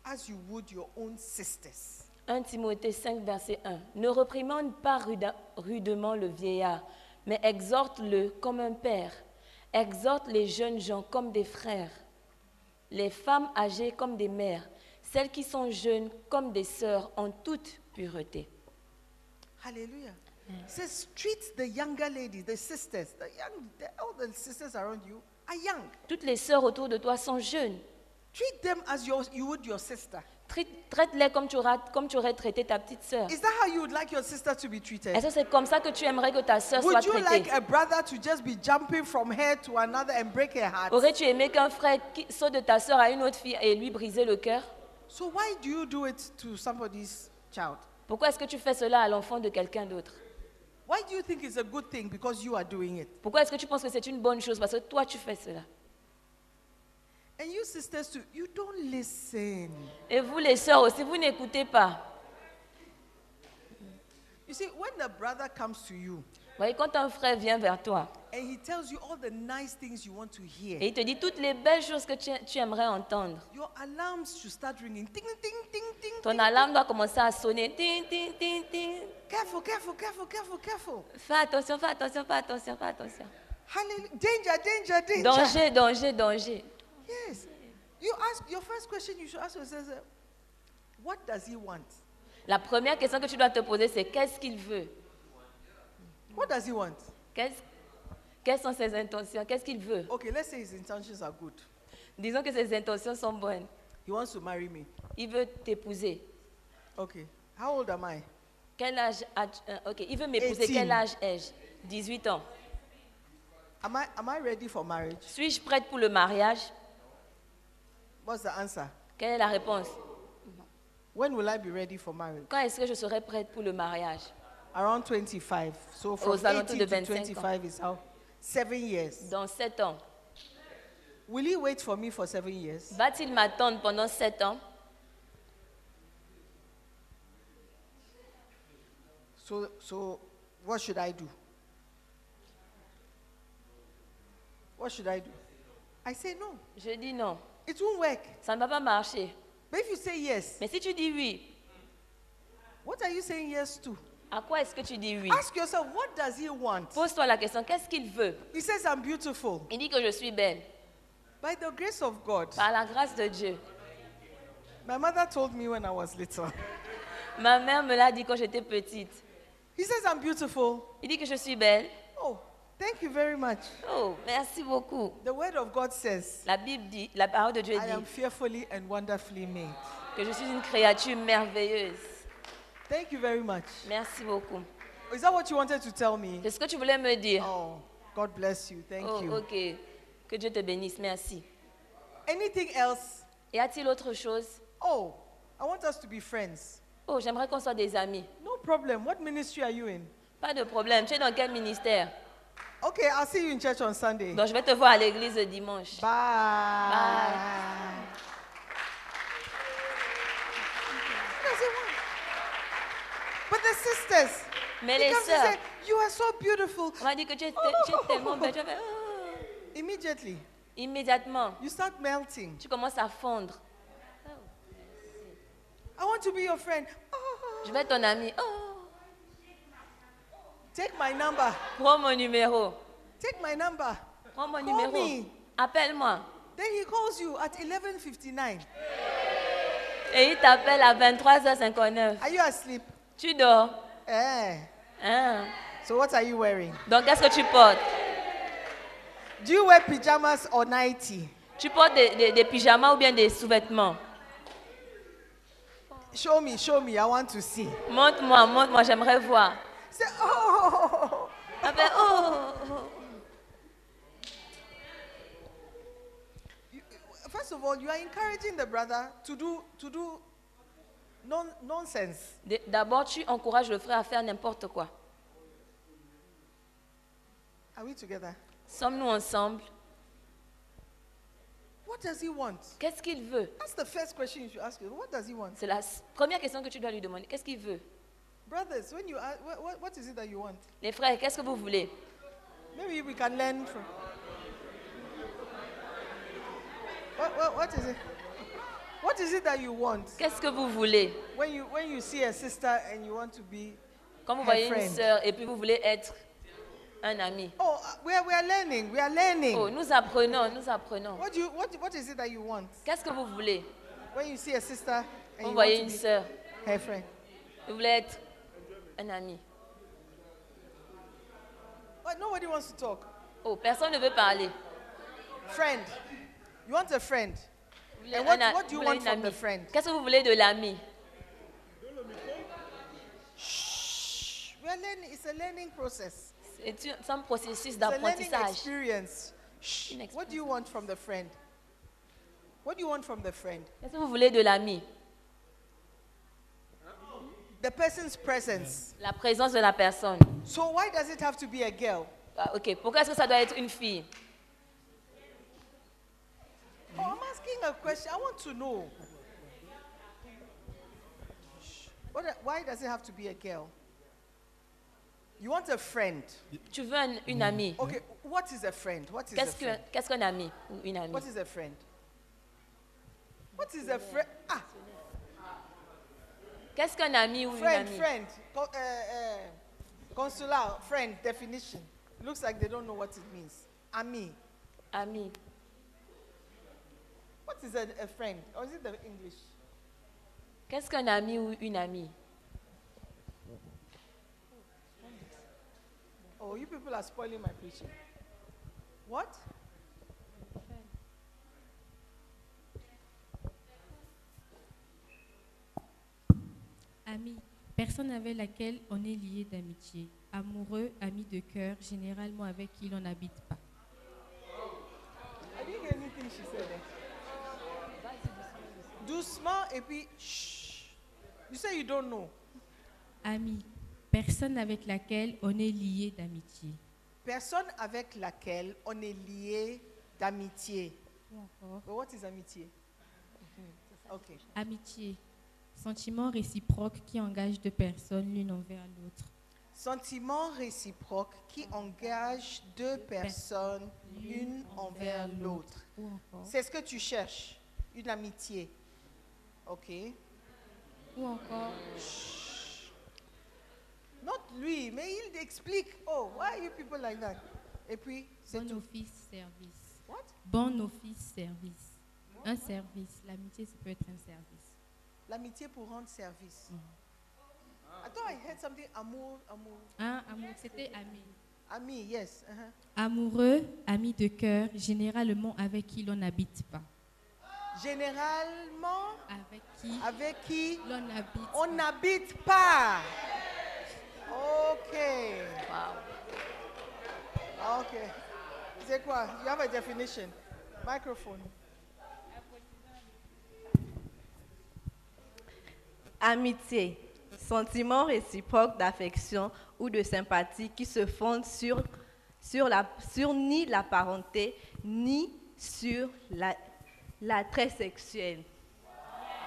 C: as you would your own sisters.
D: 1 Timothée 5, verset 1. Ne reprimande pas ruda- rudement le vieillard, mais exhorte-le comme un père. Exhorte les jeunes gens comme des frères, les femmes âgées comme des mères, celles qui sont jeunes comme des sœurs en toute pureté.
C: Hallelujah. It says, treat the younger ladies, the sisters, the young, the, all the sisters around you are young.
D: Toutes les sœurs autour de toi sont jeunes.
C: Treat them as your, you would your sister.
D: Trai- Traite-les comme tu, auras, comme tu aurais traité ta petite sœur.
C: Is that how you would like your sister to be treated?
D: Est-ce que c'est comme ça que tu aimerais que ta sœur soit
C: Would you like
D: traitée
C: a brother to just be jumping from her to another and break her heart?
D: Aurais-tu aimé qu'un frère qui- saute de ta sœur à une autre fille et lui briser le cœur
C: So why do you do it to somebody's child?
D: Pourquoi est-ce que tu fais cela à l'enfant de quelqu'un d'autre
C: Why do you think it's a good thing because you are doing it?
D: Pourquoi est-ce que tu penses que c'est une bonne chose parce que toi tu fais cela
C: And you sisters too, you don't listen.
D: Et vous les sœurs aussi, vous n'écoutez pas.
C: You see, when the brother comes to you
D: Vous voyez, quand un frère vient vers toi
C: and he tells you all the nice things you want to hear,
D: et il te dit toutes les belles choses que tu, tu aimerais entendre,
C: your alarms should start ringing. Ting, ting, ting, ting,
D: ton
C: ting.
D: alarme doit commencer à sonner. Ting, ting, ting, ting.
C: Careful, careful, careful, careful, careful.
D: Fais attention, fais attention, fais attention, fais attention.
C: Hallelujah. Danger, danger, danger.
D: Danger, danger, danger.
C: Yes. You ask your first question you should ask yourself, is, what does he want?
D: La première question que tu dois te poser, c'est qu'est-ce qu'il veut
C: What does he want?
D: Qu'est-ce- Quelles sont ses intentions Qu'est-ce qu'il veut
C: Okay, let's say his intentions are good.
D: Disons que ses intentions sont bonnes.
C: He wants to marry me.
D: Il veut t'épouser.
C: Okay. How old am I?
D: Quel âge as-tu- euh, Ok, il veut m'épouser.
C: 18.
D: Quel âge ai-je 18 ans.
C: Am I am I ready for marriage?
D: Suis-je prête pour le mariage
C: What's the answer?
D: Quelle est la réponse
C: When will I be ready for marriage?
D: Quand est-ce que je serai prête pour le mariage
C: Around 25. So from
D: Aux alentours
C: 18
D: de
C: to
D: 25 ans.
C: 25 is how? Seven years.
D: Dans 7 ans.
C: Will he wait for me for seven years?
D: Va-t-il m'attendre pendant 7 ans
C: So so what should I do? What should I do? I say no.
D: Je dis non.
C: It won't work.
D: Ça ne va pas marcher.
C: But if you say yes,
D: Mais si tu dis oui,
C: what are you saying yes to?
D: à quoi est-ce que tu dis oui
C: Ask yourself, what does he want?
D: Pose-toi la question, qu'est-ce qu'il veut
C: He says, I'm beautiful.
D: Il dit que je suis belle.
C: By the grace of God,
D: Par la grâce de Dieu.
C: my mother told me when I was little.
D: Ma mère me l'a dit quand j'étais petite.
C: He says, I'm beautiful.
D: Il dit que je suis belle.
C: Oh, thank you very much.
D: Oh, merci beaucoup.
C: The word of God says,
D: La Bible dit, la parole de Dieu
C: I am
D: dit
C: fearfully and wonderfully made.
D: que je suis une créature merveilleuse.
C: Thank you very much.
D: Merci beaucoup.
C: Is that what you wanted to tell me?
D: C'est ce que tu voulais me dire.
C: Oh, God bless you. Thank
D: Oh,
C: you.
D: ok. Que Dieu te bénisse. Merci.
C: Anything else?
D: Et a-t-il autre chose
C: Oh, I want us to be friends.
D: Oh, j'aimerais qu'on soit des amis.
C: No problem. What ministry are you in?
D: Pas de problème. Tu es dans quel ministère
C: Okay, I'll see you in church on Sunday.
D: Donc, je vais te voir à l'église dimanche.
C: Bah, Bye. That's it, one. But the sisters,
D: Mais
C: he
D: les
C: comes and
D: sœurs,
C: say, you are so beautiful.
D: on m'a dit que tu es, tu es tellement belle. Tu fais, oh.
C: Immediately,
D: Immédiatement,
C: you start melting.
D: tu commences à fondre.
C: I want to be your friend. Oh,
D: Je vais être ton ami. Oh.
C: take my number.
D: Prends mon numéro.
C: Take my number.
D: Prends mon
C: Call
D: numéro.
C: me.
D: Appelle-moi.
C: Then he calls you at 11:59.
D: Et il t'appelle à 23h59.
C: Are you asleep?
D: Tu dors.
C: Eh.
D: Hein?
C: So what are you wearing?
D: Donc, qu'est-ce que tu portes
C: Do you wear pajamas or nightie?
D: Tu portes des, des- des pyjamas ou bien des sous-vêtements
C: Show me, show me. I want to see.
D: Montre-moi, montre-moi, j'aimerais voir.
C: Say, oh.
D: Ah ben, oh, oh,
C: First of all, you are encouraging the brother to do to do non- nonsense.
D: oh. D- D'abord, tu encourages le frère à faire n'importe quoi.
C: Are we together?
D: Sommes-nous ensemble
C: What does he want?
D: Qu'est-ce qu'il veut
C: That's the first question you should ask. yourself. What does he want?
D: C'est la s- première question que tu dois lui demander. Qu'est-ce qu'il veut
C: Brothers, when you ask, what, what, what is it that you want?
D: Les frères, qu'est-ce que vous voulez
C: Maybe we can learn from. What, what, what is it? What is it that you want
D: Qu'est-ce que vous voulez
C: when you when you see a sister and you want to be?
D: Quand vous
C: Her
D: voyez une
C: friend.
D: sœur et puis vous voulez être un ami.
C: Oh, uh, we are, we are learning. We are learning.
D: Oh, nous apprenons, nous apprenons.
C: What do you what what is it that you want
D: Qu'est-ce que vous voulez
C: when you see a sister and
D: Vous
C: you want
D: voyez
C: to
D: une
C: be
D: sœur,
C: her friend?
D: vous voulez être un ami.
C: But nobody wants to talk.
D: Oh, personne ne veut parler.
C: Friend. You want a friend.
D: Vous voulez
C: And what-
D: un a-
C: what do you
D: vous voulez
C: want
D: une
C: from the
D: amie.
C: friend?
D: Qu'est-ce que vous voulez de l'ami
C: We're learning, it's a learning process.
D: C'est un c'est un processus
C: It's a learning
D: d'apprentissage.
C: experience. Shh.
D: Une
C: What do you want from the friend? What do you want from the friend?
D: Qu'est-ce que vous voulez de l'ami
C: The person's presence.
D: La présence de la personne.
C: So why does it have to be a girl?
D: Ah, ok, pourquoi est-ce que ça doit être une fille
C: Oh, I'm asking a question. I want to know. Shh. What- why does it have to be a girl? You want a friend.
D: Tu veux un- une amie
C: Okay, Mm. what is a friend? What is a
D: Qu'est-ce que-
C: friend?
D: qu'est-ce qu'un ami ou une amie
C: What is a friend? What is a friend? Ah,
D: Qu'est-ce qu'un ami ou une
C: friend,
D: amie
C: friend. Co- uh, uh, consular, friend, definition. Looks like they don't know what it means. Ami.
D: Ami.
C: What is a, a friend? Or is it the English?
D: Qu'est-ce qu'un ami ou une amie
C: Oh, you people are spoiling my preaching. What?
E: Ami, personne avec laquelle on est lié d'amitié. Amoureux, ami de cœur, généralement avec qui l'on n'habite pas.
C: I didn't hear anything she said. eh. Doucement et puis shh. You say you don't know.
E: Ami, personne avec laquelle on est lié d'amitié.
C: Personne avec laquelle on est lié d'amitié.
E: Ou encore,
C: But what is amitié? Okay.
E: amitié, sentiment réciproque qui engage deux personnes l'une envers l'autre.
C: Sentiment réciproque qui engage deux personnes l'une envers l'autre.
E: Ou encore,
C: C'est ce que tu cherches, une amitié. Ok.
E: ou encore,
C: Not lui, mais il explique. Oh, why are you people like that? Et puis, c'est
E: bon
C: tout.
E: office, service.
C: What?
E: Bon office, service. Un service. L'amitié, ça peut être un service.
C: L'amitié pour rendre service. I thought I heard something amour, amour.
E: Un amour, c'était ami.
C: Ami, yes. uh-huh.
E: Amoureux, ami de cœur, généralement avec qui l'on n'habite pas.
C: Généralement,
E: Avec qui
C: avec qui
E: l'on n'habite
C: on
E: pas.
C: n'habite pas. Ok.
D: Wow.
C: Ok. C'est quoi? You have a definition. Microphone.
F: Amitié, sentiment réciproque d'affection ou de sympathie qui se fonde sur, sur, la, sur ni la parenté ni sur la- l'attrait sexuel.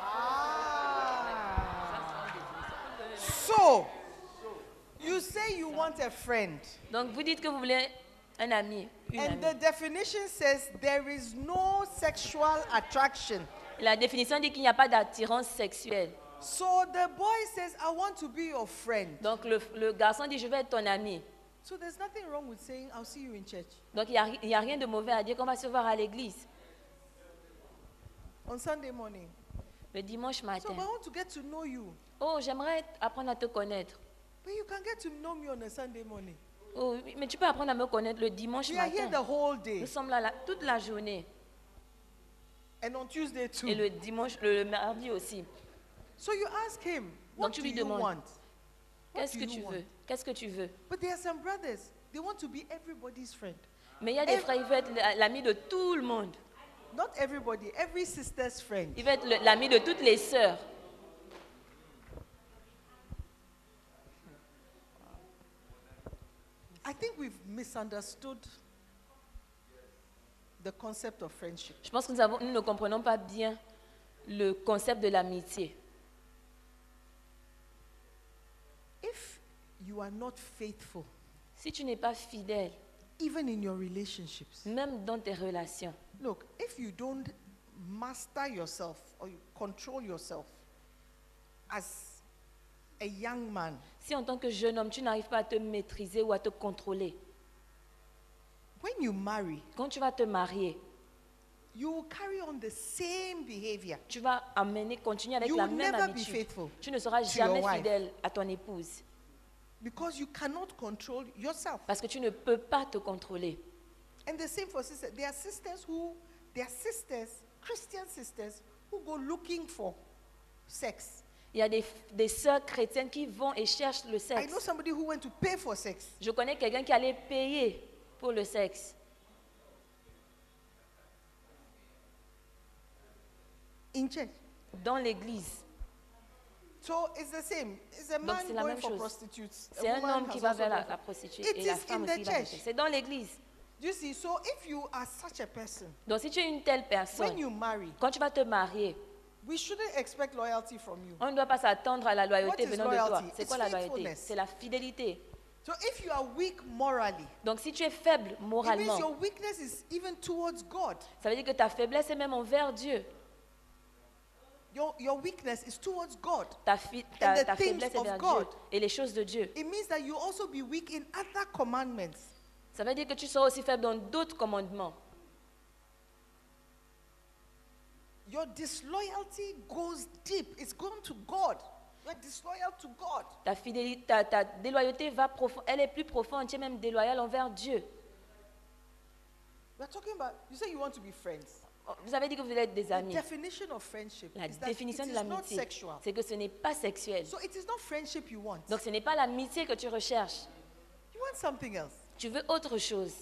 C: Ah. So, you say you want a friend.
D: Donc vous dites que vous voulez un ami, une
C: And
D: amie.
C: the definition says there is no sexual attraction.
D: La définition dit qu'il n'y a pas d'attirance sexuelle.
C: So the boy says, I want to be your friend.
D: Donc le, le garçon dit je vais être ton ami.
C: So there's nothing wrong with saying, I'll see you in church.
D: Donc il n'y a, ri- il y a rien de mauvais à dire qu'on va se voir à l'église
C: On Sunday morning.
D: le dimanche
C: So but
D: matin.
C: I want to get to know you.
D: Oh j'aimerais apprendre à te connaître.
C: But you can get to know me on a Sunday morning.
D: Oh, oui, mais tu peux apprendre à me connaître le dimanche
C: We are here the
D: matin.
C: whole
D: Nous
C: day.
D: sommes là, la- toute la journée
C: And on Tuesday too.
D: et le dimanche, le, le mardi aussi.
C: So you ask him, what
D: Donc tu
C: do
D: lui
C: you
D: demandes.
C: want?
D: Qu'est-ce
C: do
D: que
C: you
D: tu
C: want?
D: veux Qu'est-ce que tu veux
C: But there are some brothers, they want to be everybody's friend.
D: Mais il y a des
C: Eh.
D: frères, il veut être la- l'ami de tout le monde.
C: Not everybody, every sister's friend.
D: Il veut être le- l'ami de toutes les sœurs.
C: I think we've misunderstood the concept of friendship.
D: Je pense que nous, avons- nous ne comprenons pas bien le concept de l'amitié.
C: If you are not faithful,
D: Si tu n'es pas fidèle,
C: even in your relationships,
D: même dans tes relations,
C: look, if you don't master yourself or you control yourself as a young man,
D: si en tant que jeune homme, tu n'arrives pas à te maîtriser ou à te contrôler,
C: when you marry,
D: quand tu vas te marier,
C: you will carry on the same behavior.
D: tu vas amener, continuer avec
C: You
D: la
C: will
D: même
C: never be
D: habitude.
C: faithful
D: Tu ne seras
C: to
D: jamais
C: your wife.
D: fidèle à ton épouse
C: Because you cannot control yourself.
D: parce que tu ne peux pas te contrôler.
C: And the same for sisters. There are sisters who, their sisters Christian sisters who go looking for sex.
D: Il y a des, des sœurs chrétiennes qui vont et cherchent le
C: I know
D: sexe.
C: somebody who went to pay for sex.
D: Je connais quelqu'un qui allait payer pour le sexe.
C: in church.
D: dans l'église.
C: So it's the same. It's a
D: Donc,
C: man
D: c'est la
C: going
D: même
C: for
D: chose.
C: prostitutes. A
D: C'est un
C: woman
D: homme qui
C: has
D: va
C: also
D: vers la,
C: gone for-
D: la prostituée
C: It
D: et la
C: is in
D: femme
C: the
D: aussi va vers
C: church.
D: C'est dans l'église.
C: Do you see? So if you are such a person,
D: Donc si tu es une telle
C: when
D: personne,
C: you marry,
D: quand tu vas te marier,
C: we shouldn't expect loyalty from you.
D: on ne doit pas s'attendre à la
C: What
D: loyauté
C: is
D: venant de toi.
C: loyalty?
D: C'est
C: It's
D: quoi la loyauté
C: faithfulness.
D: C'est la fidélité.
C: So if you are weak morally,
D: Donc si tu es faible
C: it means
D: moralement,
C: your weakness is even towards God.
D: ça veut dire que ta faiblesse est même envers Dieu.
C: Your, your weakness is towards God.
D: Ta, fi-
C: And
D: ta,
C: the
D: ta
C: things
D: faiblesse est
C: of
D: vers
C: God.
D: Dieu et les choses de Dieu.
C: It means that you also be weak in other commandments.
D: Ça veut dire que tu seras aussi faible dans d'autres commandements.
C: Your disloyalty goes deep. It's gone to God. You're disloyal to God.
D: Ta, fidélité, ta, ta déloyauté va profond, elle est plus profonde, tu es même déloyal envers Dieu.
C: We're talking about, you say you want to be friends.
D: Vous avez dit que vous êtes des
C: The
D: amis.
C: definition of friendship
D: La
C: is that
D: définition
C: it
D: de
C: is not
D: l'amitié,
C: sexual.
D: c'est que ce n'est pas sexuel.
C: So it is not friendship you want.
D: Donc ce n'est pas l'amitié que tu recherches.
C: You want something else.
D: Tu veux autre chose.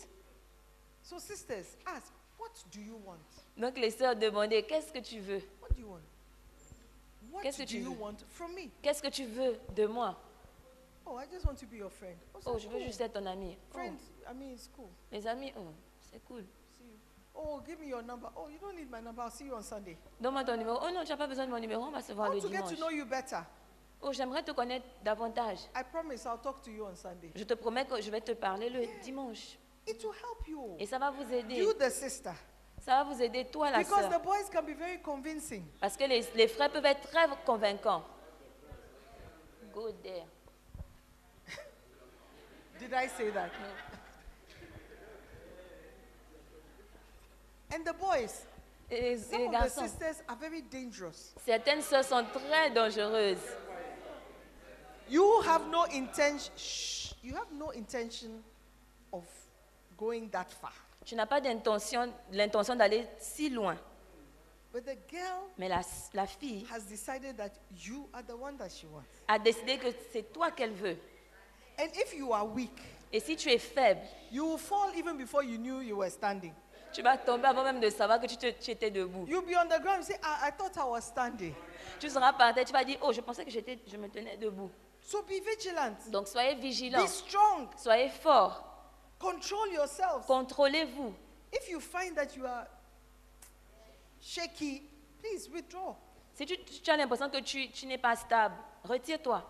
C: So sisters, ask, what do you want?
D: Donc les sœurs demandaient, qu'est-ce que tu veux
C: What do you want? What
D: Qu'est-ce que
C: do
D: tu
C: you
D: veux?
C: want from me?
D: Qu'est-ce que tu veux de moi
C: Oh, I just want to be your friend. Oh, so
D: Oh, je veux
C: cool.
D: juste être ton ami. Oh,
C: Friends, I mean, it's cool.
D: mes amis, oh, c'est cool.
C: See you. Oh, give me your number. Oh, you don't need my number. I'll see you on Sunday.
D: Donne-moi ton numéro. Oh non, tu n'as pas besoin de mon numéro, on va se voir
C: I
D: le
C: want to get
D: dimanche.
C: to know you better.
D: Oh, j'aimerais te connaître davantage.
C: I promise I'll talk to you on Sunday.
D: Je te promets que je vais te parler le dimanche.
C: It will help you.
D: Et ça va vous aider.
C: You, the sister.
D: Ça va vous aider, toi, la
C: Because the
D: sœur.
C: boys can be very convincing.
D: Parce que les, les frères peuvent être très convaincants. Go there.
C: Did I say that?
D: No.
C: And the boys,
D: Et les-
C: some
D: les
C: of the
D: garçons.
C: sisters are very dangerous.
D: Certaines sœurs sont très dangereuses.
C: You have no intention. Shh, you have no intention of going that far.
D: Tu n'as pas d'intention, l'intention d'aller si loin.
C: But the girl
D: Mais la, la fille
C: has decided that you are the one that she wants.
D: a décidé que c'est toi qu'elle veut.
C: And if you are weak,
D: Et si tu es faible,
C: you will fall even before you knew you were standing.
D: tu vas tomber avant même de savoir que tu, te- tu étais debout.
C: You'll be on the ground. You say, "Ah, I, I thought I was standing.
D: Tu seras par terre, tu vas dire, oh, je pensais que j'étais, je me tenais debout.
C: So be vigilant.
D: Donc soyez vigilants,
C: Be strong.
D: soyez forts,
C: Control yourself.
D: contrôlez-vous.
C: if you find that you are shaky, please withdraw.
D: Si tu, tu as l'impression que tu, tu n'es pas stable, retire-toi.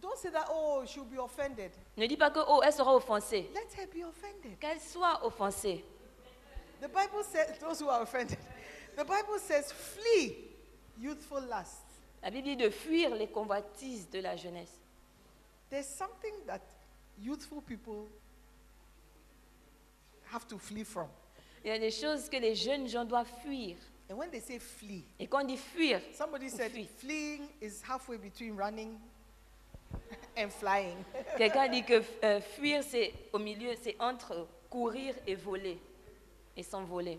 C: Don't say that, oh, she'll be offended.
D: Ne dis pas que, oh, elle sera offensée.
C: Let her be offended.
D: Qu'elle soit offensée.
C: The Bible says, those who are offended, the Bible says, flee youthful lust.
D: La Bible dit de fuir les convoitises de la jeunesse.
C: There's something that youthful people have to flee from.
D: Il y a des choses que les jeunes gens doivent fuir.
C: And when they say flee,
D: Et quand on dit fuir,
C: somebody said
D: Flee.
C: fleeing is halfway between running and flying.
D: quelqu'un dit que euh, fuir, c'est au milieu, c'est entre courir et voler. Et s'envoler.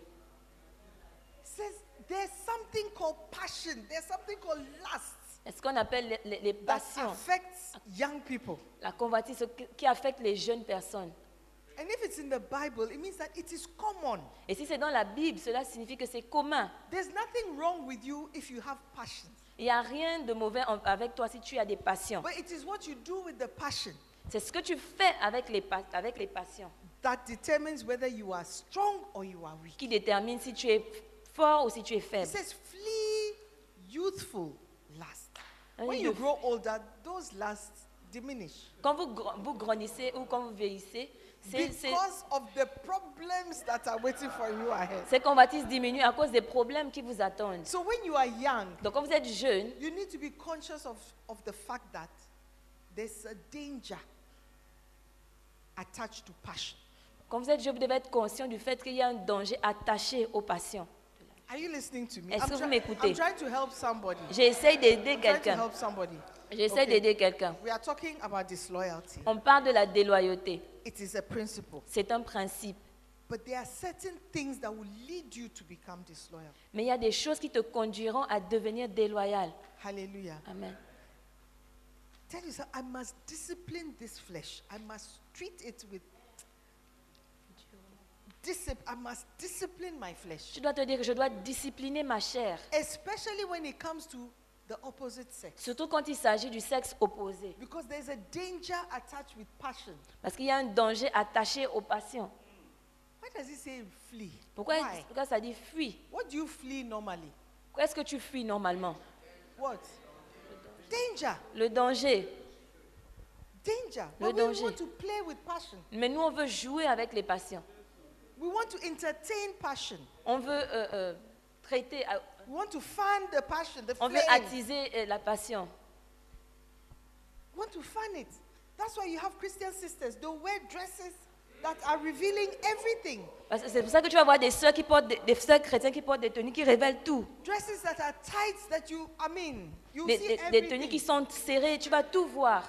C: Says there's something called passion, there's something called lust
D: C'est ce qu'on appelle les, les- les
C: that
D: passions,
C: affects young people.
D: la convoitise ce qui- qui affecte les jeunes personnes.
C: And if it's in the Bible, it means that it is common.
D: Et si c'est dans la Bible, cela signifie que c'est commun.
C: There's nothing wrong with you if you have passion.
D: Il n'y a rien de mauvais en- avec toi si tu as des passions.
C: But it is what you do with the passion
D: C'est ce que tu fais avec les, pa- avec les passions
C: that determines whether you are strong or you are weak.
D: qui détermine si tu es fort ou si tu es
C: It
D: faible.
C: says, flee youthful lust.
D: And
C: When
D: you
C: you grow older, those lusts diminish
D: Quand vous, gr- vous grandissez ou quand vous vieillissez, c'est- c'est-
C: because of the problems that are waiting for you ahead.
D: ces convoitises diminuent à cause des problèmes qui vous attendent.
C: So when you are young,
D: Donc quand vous êtes jeune,
C: you need to be conscious of, of the fact that there's a danger attached to passion.
D: quand vous êtes jeune, vous devez être conscient du fait qu'il y a un danger attaché aux passions.
C: Are you listening to me?
D: Est-ce
C: I'm,
D: que vous
C: try-
D: m'écoutez?
C: I'm trying to help somebody.
D: J'essaie d'aider
C: I'm trying to
D: quelqu'un.
C: help somebody.
D: J'essaie
C: Okay.
D: d'aider quelqu'un.
C: We are talking about disloyalty.
D: On parle de la déloyauté.
C: It is a principle.
D: C'est un principe.
C: But there are certain things that will lead you to become disloyal.
D: Mais il y a des choses qui te conduiront à devenir déloyal.
C: Hallelujah.
D: Amen.
C: Tell yourself, I must discipline this flesh. I must treat it with. Discipline. I must discipline my flesh.
D: Tu dois te dire que je dois discipliner ma chair,
C: Especially when it comes to the opposite sex.
D: surtout quand il s'agit du sexe opposé,
C: Because there's a danger attached with passion.
D: parce qu'il y a un danger attaché aux passions.
C: Why does it say flee?
D: Pourquoi,
C: Why?
D: pourquoi ça dit fuis
C: What do you flee normally?
D: Pourquoi est-ce que tu fuis normalement
C: What? Danger.
D: Le danger.
C: Danger. but
D: Le
C: we
D: danger.
C: want to play with passion.
D: Mais nous, on veut jouer avec les passions.
C: We want to entertain passion.
D: On veut euh, euh, traiter, à-
C: We want to fan the passion, the
D: on veut
C: flame.
D: attiser euh, la passion.
C: want to fan it. That's why you have Christian sisters. They wear dresses that are revealing everything.
D: Parce que C'est pour ça que tu vas voir des sœurs qui portent des, des sœurs chrétiennes qui portent des tenues qui révèlent tout.
C: Dresses that are tight that you, I mean, you
D: Des,
C: see
D: des- des tenues
C: everything.
D: qui sont serrées, tu vas tout voir.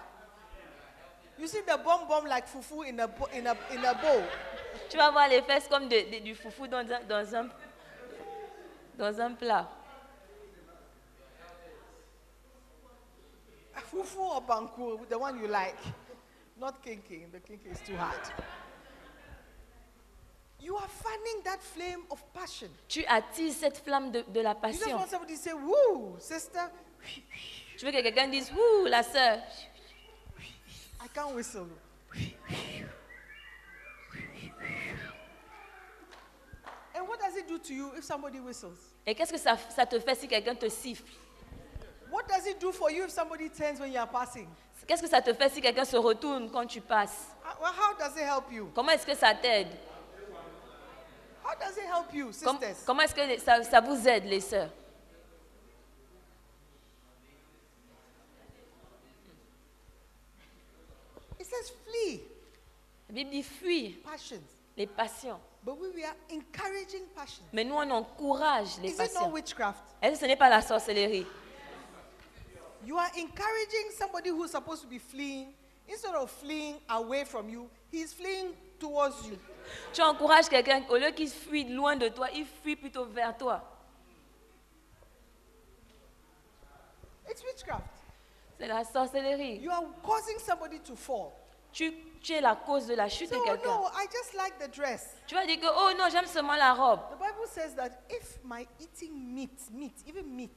C: You see the bomb bomb like fufu in a, bo- in a, in a bowl.
D: Tu vas voir les fesses comme de- de- du foufou dans un, dans un, dans un plat.
C: Fufu or banku, the one you like. Not kinking, the kinking is too hard. You are fanning that flame of passion.
D: Tu attises cette flamme de, de la
C: You just
D: passion.
C: want somebody to say, Woo, sister,
D: Tu veux que quelqu'un dise Ouh, la sœur.
C: I can't whistle. And what does it do to you if somebody whistles?
D: Et qu'est-ce que ça, ça te fait si quelqu'un te siffle
C: What does it do for you if somebody turns when you are passing?
D: Qu'est-ce que ça te fait si quelqu'un se retourne quand tu passes
C: How, well, how does it help you?
D: Comment est-ce que ça t'aide
C: How does it help you,
D: Com-
C: sisters?
D: Comment est-ce que ça, ça vous aide, les sœurs
C: It says flee
D: La Bible dit Fuis
C: passions.
D: les passions.
C: But we, we are encouraging passion.
D: Mais nous, on encourage les
C: Is it not
D: passions.
C: witchcraft?
D: Est-ce que ce n'est pas la sorcellerie
C: You are encouraging somebody who's supposed to be fleeing. Instead of fleeing away from you, he's fleeing towards you.
D: Tu encourages quelqu'un, au lieu qu'il fuit loin de toi, il fuit plutôt vers toi.
C: It's witchcraft.
D: C'est la sorcellerie.
C: You are causing somebody to fall.
D: tu, tu es la cause de la chute
C: No,
D: de quelqu'un.
C: no, I just like the dress.
D: Tu vas dire que, oh non, j'aime seulement la robe.
C: The Bible says that if my eating meat, meat, even meat,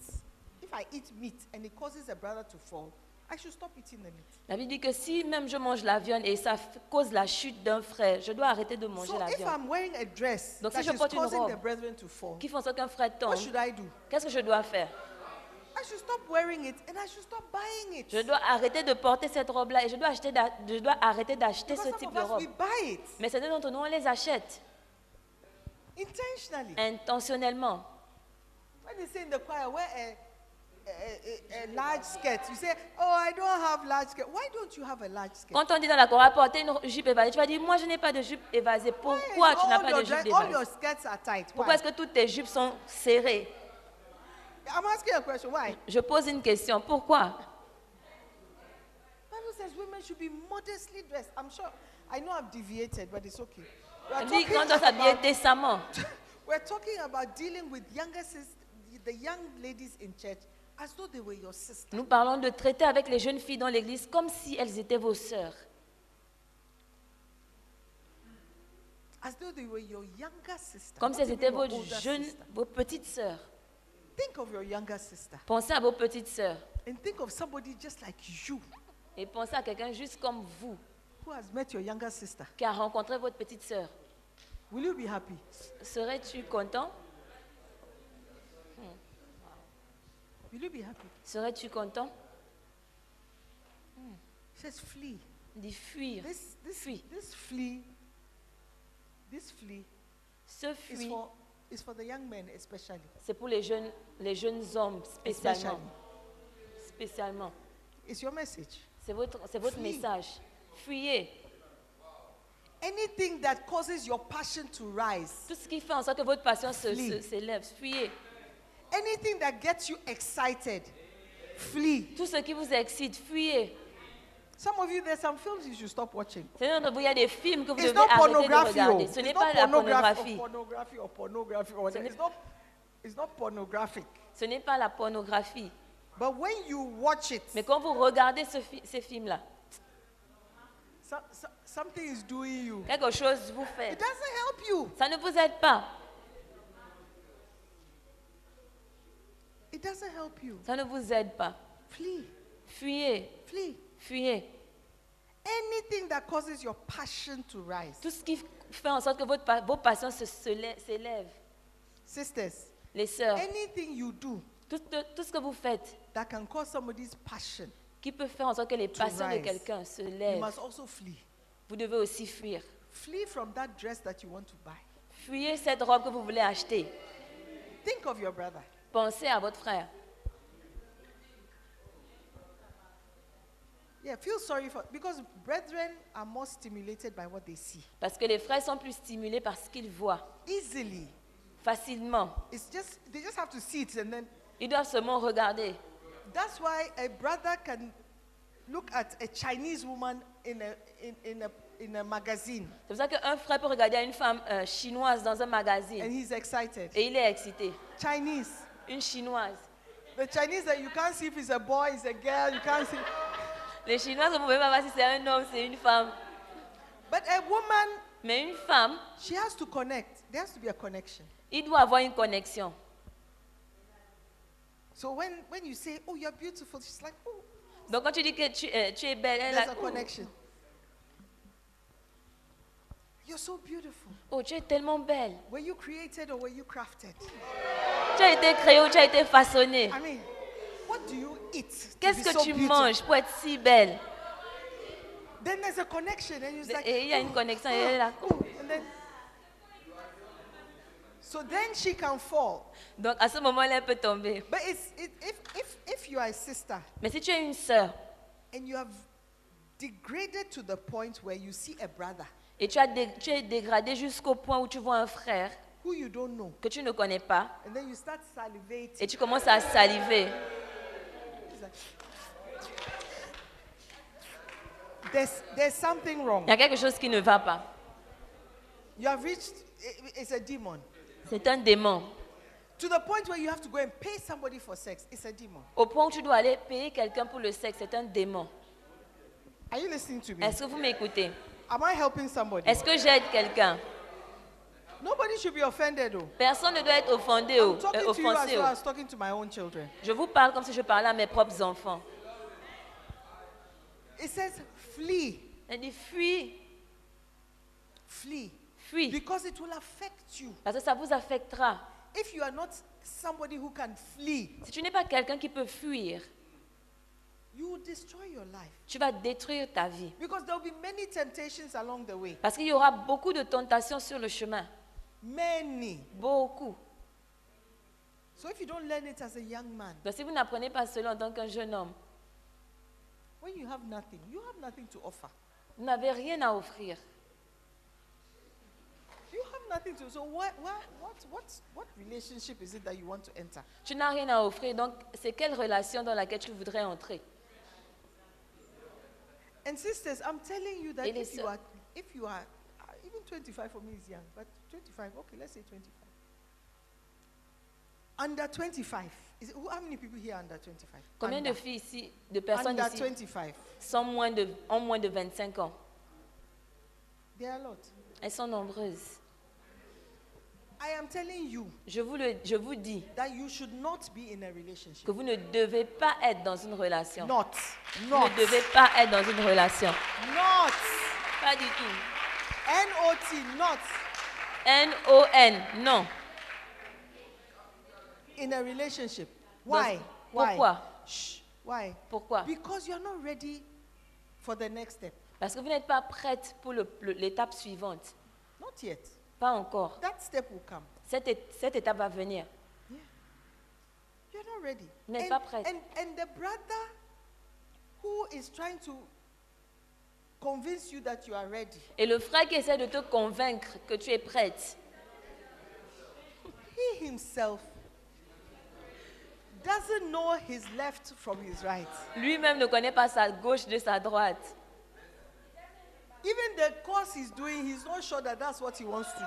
C: if I eat meat and it causes a brother to fall, I should stop eating the meat.
D: La Bible dit que si même je mange la viande et ça f- cause la chute d'un frère, je dois arrêter de manger
C: So
D: la
C: if
D: viande.
C: I'm wearing a dress
D: Donc, si
C: that
D: je
C: is
D: porte une
C: causing the
D: robe
C: brethren to fall,
D: Qui font ça qu'un frère tombe
C: what should I do?
D: Qu'est-ce que je dois faire
C: I should stop wearing it and I should stop buying it.
D: Je dois arrêter de porter cette robe-là et je dois, acheter d'a- je dois arrêter d'acheter
C: Because
D: ce
C: some
D: type
C: of
D: de
C: us,
D: robe.
C: we buy it
D: Mais certains d'entre nous, on les achète Eh.
C: intentionally.
D: intentionnellement.
C: When they say in the choir, wear a, a, a, a large skirt, you say, oh, I don't have large skirt. Why don't you have a large skirt?
D: Quand on dit dans la chorale, porter une jupe évasée, tu vas dire, moi je n'ai pas de jupe évasée.
C: Why is
D: Pourquoi tu n'as
C: all
D: pas
C: your
D: de jupe
C: dress- All
D: évasée
C: your skirts are tight.
D: Pourquoi
C: Why?
D: est-ce que toutes tes jupes sont serrées
C: I'm asking a question. Why?
D: Je pose une question, pourquoi
C: Bible says women should be modestly dressed. I'm sure. I know I've deviated, but it's okay. We are
D: Elle dit
C: talking
D: qu'on doit s'habiller
C: about-
D: décemment.
C: we're talking about dealing with younger sisters, the young ladies in church, as though they were your sister.
D: Nous parlons de traiter avec les jeunes filles dans l'église comme si elles étaient vos sœurs,
C: As though they were your younger sister.
D: comme
C: not
D: si elles
C: even
D: étaient
C: your
D: vos
C: older
D: jeunes,
C: sister.
D: vos petites sœurs.
C: Think of your younger sister
D: Pensez à vos petites sœurs
C: and think of somebody just like you
D: et pensez à quelqu'un juste comme vous
C: who has met your younger sister.
D: qui a rencontré votre petite sœur.
C: Will you be happy?
D: Serais-tu content
C: Will you be happy?
D: Serais-tu content
C: She says, flee.
D: D'y fuir.
C: This, this,
D: Flee.
C: this flee, this flee
D: Ce
C: is
D: fuir,
C: for, is for the young men especially.
D: c'est pour les jeunes, les jeunes hommes spécialement.
C: Especially.
D: Spécialement.
C: It's your message.
D: C'est votre, c'est votre
C: Flee.
D: message. Fuyez.
C: Anything that causes your passion to rise,
D: Tout ce qui fait en sorte que votre passion se-
C: Flee.
D: se- s'élève. Fuyez.
C: anything that gets you excited, flee.
D: Tout ce qui vous excite, fuyez.
C: Some of you, there's some films you should stop watching.
D: Certains d'entre vous, il y a des films que vous
C: It's
D: devez
C: not
D: arrêter
C: pornography.
D: de regarder.
C: oh.
D: Ce n'est
C: It's
D: pas
C: not oh.
D: la
C: pornography or
D: pornographie.
C: pornography or pornography or
D: n'est-
C: it's not, it's not pornographic.
D: Ce n'est pas la pornographie.
C: But when you watch it,
D: Mais quand vous regardez ce fi- ces films-là,
C: so- so- something is doing you.
D: quelque chose vous
C: It
D: fait.
C: doesn't help you.
D: Ça ne vous aide pas.
C: It doesn't help you.
D: Ça ne vous aide pas.
C: Flee.
D: Fuyez,
C: Flee.
D: fuyez.
C: Anything that causes your passion to rise.
D: Tout ce qui fait en sorte que votre, pa- vos passions se- se lè- s'élèvent,
C: Sisters,
D: les sœurs,
C: anything you do
D: tout, tout ce que vous faites
C: that can cause somebody's passion,
D: qui peut faire en sorte que les passions de
C: rise.
D: quelqu'un se
C: you
D: lèvent,
C: must also flee.
D: vous devez aussi fuir.
C: Flee from that dress that you want to buy.
D: Fuyez cette robe que vous voulez acheter.
C: Think of your brother.
D: Pensez à votre frère.
C: Yeah, feel sorry for because brethren are more stimulated by what they see.
D: Parce que les frères sont plus stimulés par ce qu'ils voient,
C: Easily.
D: facilement.
C: It's just they just have to see it and then
D: Ils doivent seulement regarder.
C: that's why a brother can look at a Chinese woman in a in, in a in a magazine
D: C'est pour ça qu'un frère peut regarder une femme euh, chinoise dans un
C: and
D: magazine
C: he's excited.
D: et il est excité.
C: Chinese.
D: Une chinoise.
C: The Chinese that you can't see if it's a boy, it's a girl, you can't see.
D: Les chinoises, vous ne pouvez pas voir si c'est un homme, c'est une femme.
C: But a woman,
D: Mais une femme,
C: she has to connect. There has to be a connection.
D: il doit avoir une connexion.
C: So when, when you say, oh, you're beautiful, she's like, oh,
D: Donc quand tu dis que tu, euh, tu es belle, elle
C: there's
D: a,
C: a connection. You're so beautiful.
D: oh tu es tellement belle.
C: Were you created or were you crafted?
D: Tu as été créée ou tu as été façonnée.
C: I mean, what do you eat? to
D: Qu'est-ce
C: be
D: que
C: so
D: tu
C: beautiful?
D: manges pour être si belle
C: Then there's a connection, and it's like,
D: Et Eh, il y a une
C: oh,
D: connexion,
C: oh,
D: elle est là.
C: oh, and then, so then she can fall.
D: Donc à ce moment, elle peut tomber.
C: But it's, it, if, if, if you are a sister
D: Mais si tu es une sœur
C: and you have degraded to the point where you see a brother
D: et tu, as dé- tu es dégradée jusqu'au point où tu vois un frère
C: who you don't know,
D: que tu ne connais pas
C: and then you start salivating.
D: et tu commences à saliver,
C: There's, there's something wrong.
D: il y a quelque chose qui ne va pas.
C: You have reached, i- it's a demon.
D: C'est un démon.
C: To the point where you have to go and pay somebody for sex, it's a demon.
D: Au point où tu dois aller payer quelqu'un pour le sexe, c'est un démon.
C: Are you listening to me?
D: Est-ce que vous m'écoutez
C: Am I helping somebody?
D: Est-ce que j'aide quelqu'un
C: Nobody should be offended, though.
D: Personne ne doit être offendé ou
C: I'm
D: euh,
C: talking to you as
D: offensé.
C: well
D: ou-
C: as talking to my own children.
D: Je vous parle comme si je parlais à mes propres enfants.
C: It says, flee,
D: Elle dit fuis,
C: flee,
D: fuis,
C: because it will affect you.
D: parce que ça vous affectera.
C: If you are not somebody who can flee,
D: Si tu n'es pas quelqu'un qui peut fuir,
C: you will destroy your life.
D: tu vas détruire ta vie.
C: Because there will be many temptations along the way.
D: Parce qu'il y aura beaucoup de tentations sur le chemin.
C: Many.
D: Beaucoup.
C: So if you don't learn it as a young man,
D: Donc si vous n'apprenez pas cela en tant qu'un jeune homme,
C: when you have nothing, you have nothing to offer.
D: vous n'avez rien à offrir.
C: You have nothing to. So what, what, what, what, what relationship is it that you want to enter?
D: Tu n'as rien à offrir. Donc c'est quelle relation dans laquelle tu voudrais entrer
C: And sisters, I'm telling you that
D: It
C: if
D: is
C: you
D: so.
C: are, if you are, uh, even 25 for me is young, but 25, okay, let's say 25. Under 25, is it, who, how many people here are under 25?
D: Combien
C: under,
D: de filles ici, de personnes
C: under
D: ici,
C: 25.
D: sont moins de, ont moins de 25 ans
C: There are a lot.
D: Elles sont nombreuses.
C: I am telling you
D: Je vous, le- je vous dis
C: that you should not be in a relationship.
D: que vous ne devez pas être dans une relation.
C: Not,
D: Vous
C: not,
D: ne devez pas être dans une relation.
C: not,
D: Pas du tout.
C: N-O-T, not
D: N-O-N, non.
C: in a relationship. Why? Why?
D: Pourquoi?
C: Shh, why?
D: Pourquoi
C: Because you're not ready for the next step.
D: Parce que vous n'êtes pas prête pour le- le- l'étape suivante.
C: Not yet.
D: Pas encore.
C: That step will come.
D: Cette, é- cette étape va venir.
C: You're not ready.
D: Vous n'êtes
C: and,
D: pas prête.
C: and, and the brother who is trying to convince you that you are ready,
D: Et le frère qui essaie de te convaincre que tu es prête,
C: he himself doesn't know his left from his right.
D: Lui-même ne connaît pas sa gauche de sa droite.
C: Even the course he's doing, he's not sure that that's what he wants to do.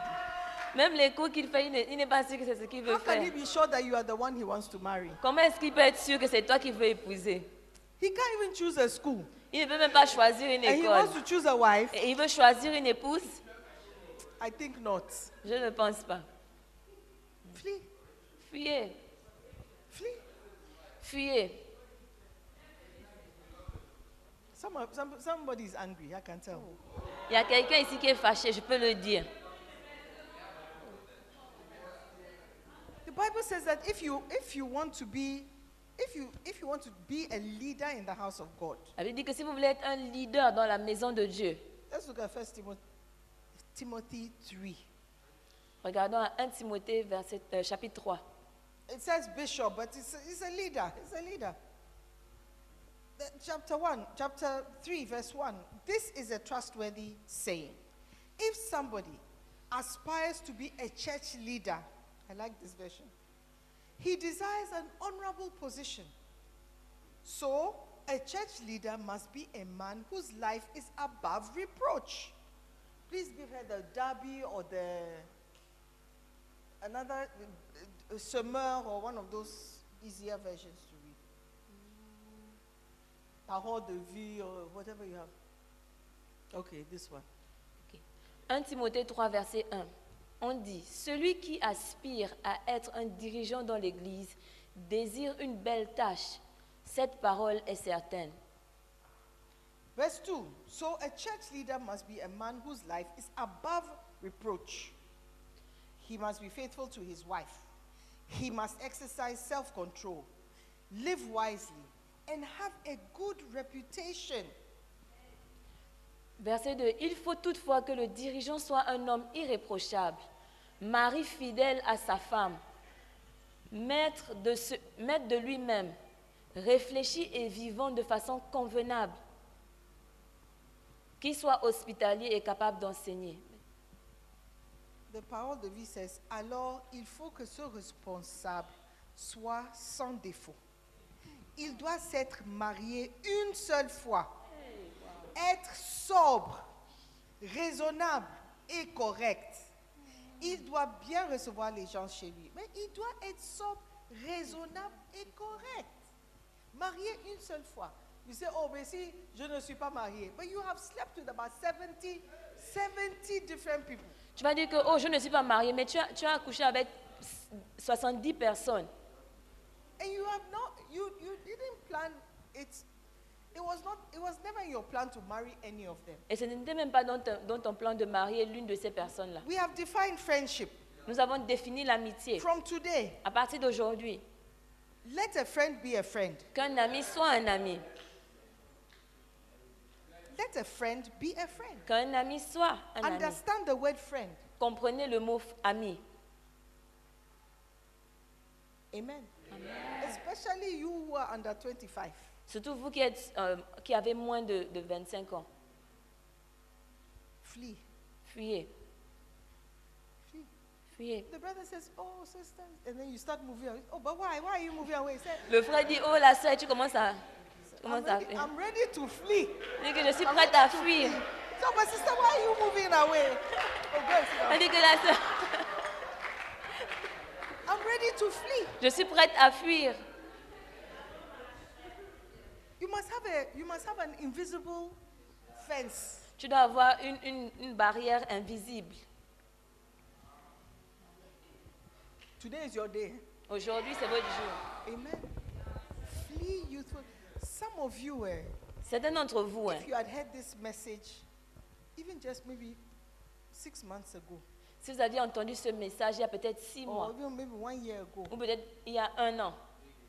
D: Même les cours qu'il fait, il n'est- il n'est pas sûr que c'est ce qu'il veut
C: How can
D: faire.
C: he be sure that you are the one he wants to marry?
D: Comment est-ce qu'il peut être sûr que c'est toi qui veux épouser
C: He can't even choose a school.
D: Il ne peut même pas choisir une
C: And he wants to
D: école.
C: choose a wife.
D: Et il veut choisir une épouse
C: I think not.
D: Je ne pense pas.
C: Flee.
D: Fuyez,
C: Flee.
D: fuyez.
C: Some, are- some, somebody is angry, I can tell.
D: Il y a quelqu'un ici qui est fâché, je peux le dire.
C: The Bible says that if you, if you want to be, if you, if you want to be a leader in the house of God,
D: La Bible dit que si vous voulez être un leader dans la maison de Dieu,
C: let's look at First Timothy, Timothy 3.
D: regardons à 1 Timothée verset, euh, chapitre 3.
C: It says bishop, but it's, a- it's a leader. It's a leader. The- Chapter 1, chapter 3, verse 1. This is a trustworthy saying. If somebody aspires to be a church leader, I like this version, he desires an honorable position. So, a church leader must be a man whose life is above reproach. Please give her the derby or the another uh, uh, Semeur or one of those easier versions to read. Parole de vie or whatever you have. Okay, this one.
D: 1 Timothée 3, verset 1. On dit, celui qui aspire à être un dirigeant dans l'Église désire une belle tâche. Cette parole est certaine.
C: Verse 2. So a church leader must be a man whose life is above reproach. He must be faithful to his wife. He must exercise self control, live wisely, and have a good reputation.
D: Verset 2. Il faut toutefois que le dirigeant soit un homme irréprochable, mari fidèle à sa femme, maître de, ce- maître de lui-même, réfléchi et vivant de façon convenable, qui soit hospitalier et capable d'enseigner.
C: La parole de vie says, alors il faut que ce responsable soit sans défaut. Il doit s'être marié une seule fois, être sobre, raisonnable et correct. Il doit bien recevoir les gens chez lui, mais il doit être sobre, raisonnable et correct. Marié une seule fois. You say, oh, mais si je ne suis pas marié. But you have slept with about 70, 70 different people.
D: Tu vas dire que, oh, je ne suis pas mariée, mais tu as, tu as couché avec 70 personnes.
C: And you have not, you, you didn't plan it. It was not, it was never in your plan to marry any of them.
D: Et ce n'était même pas dans ton, dans ton plan de marier l'une de ces personnes-là.
C: We have defined friendship.
D: Nous avons défini l'amitié.
C: From today,
D: À partir d'aujourd'hui,
C: let a friend be a friend.
D: qu'un ami soit un ami.
C: Let a friend be a friend.
D: Qu'un ami soit un ami.
C: Understand the word friend.
D: Comprenez le mot f- ami.
C: Amen. Especially you who are under 25.
D: Surtout vous qui, êtes, euh, qui avez moins de, de 25 ans.
C: Flee.
D: Fuyez,
C: Flee.
D: fuyez.
C: The brother says, Oh, sister. And then you start moving away. Oh, but why? Why are you moving away? He said,
D: Le frère dit, oh la soeur, tu commences à... tu
C: I'm
D: commences à
C: ready,
D: fuir.
C: I'm ready to flee.
D: Il dit que je suis
C: I'm
D: prête
C: ready
D: à
C: to
D: fuir.
C: flee. So, but sister, why are you moving away? Oh, go and sit down.
D: Elle dit que la soeur,
C: I'm ready to flee.
D: je suis prête à fuir.
C: You must have a you must have an invisible fence.
D: Tu dois avoir une, une- une barrière invisible.
C: Today is your day.
D: Aujourd'hui, c'est votre jour.
C: Amen. Flee youthful. Some of you, eh,
D: Certains d'entre vous, hein,
C: if you had heard this message, even just maybe six months ago,
D: si vous aviez entendu ce message il y a peut-être six
C: or
D: mois,
C: even maybe one year ago,
D: ou peut-être il y a un an,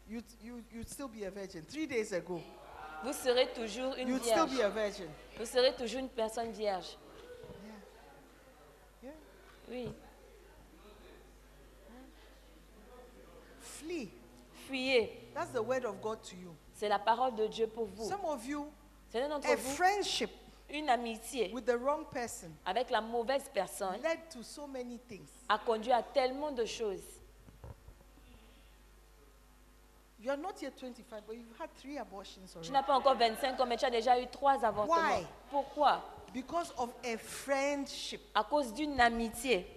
C: you'd, you, you'd still be a virgin. Three days ago,
D: vous serez toujours une
C: you'd still be
D: vierge.
C: a virgin.
D: Vous serez toujours une personne vierge.
C: Yeah.
D: Oui.
C: Flee.
D: Fuyez.
C: That's the word of God to you.
D: C'est la parole de Dieu pour vous.
C: Some of you,
D: Certains d'entre
C: a
D: vous,
C: friendship
D: une amitié
C: with the wrong person
D: avec la mauvaise personne
C: led to so many things.
D: a conduit à tellement de choses.
C: You are not yet 25, but you've had three abortions
D: Tu
C: already.
D: n'as pas encore 25 ans, mais tu as déjà eu trois avortements.
C: Why?
D: Pourquoi
C: Because of a friendship.
D: À cause d'une amitié.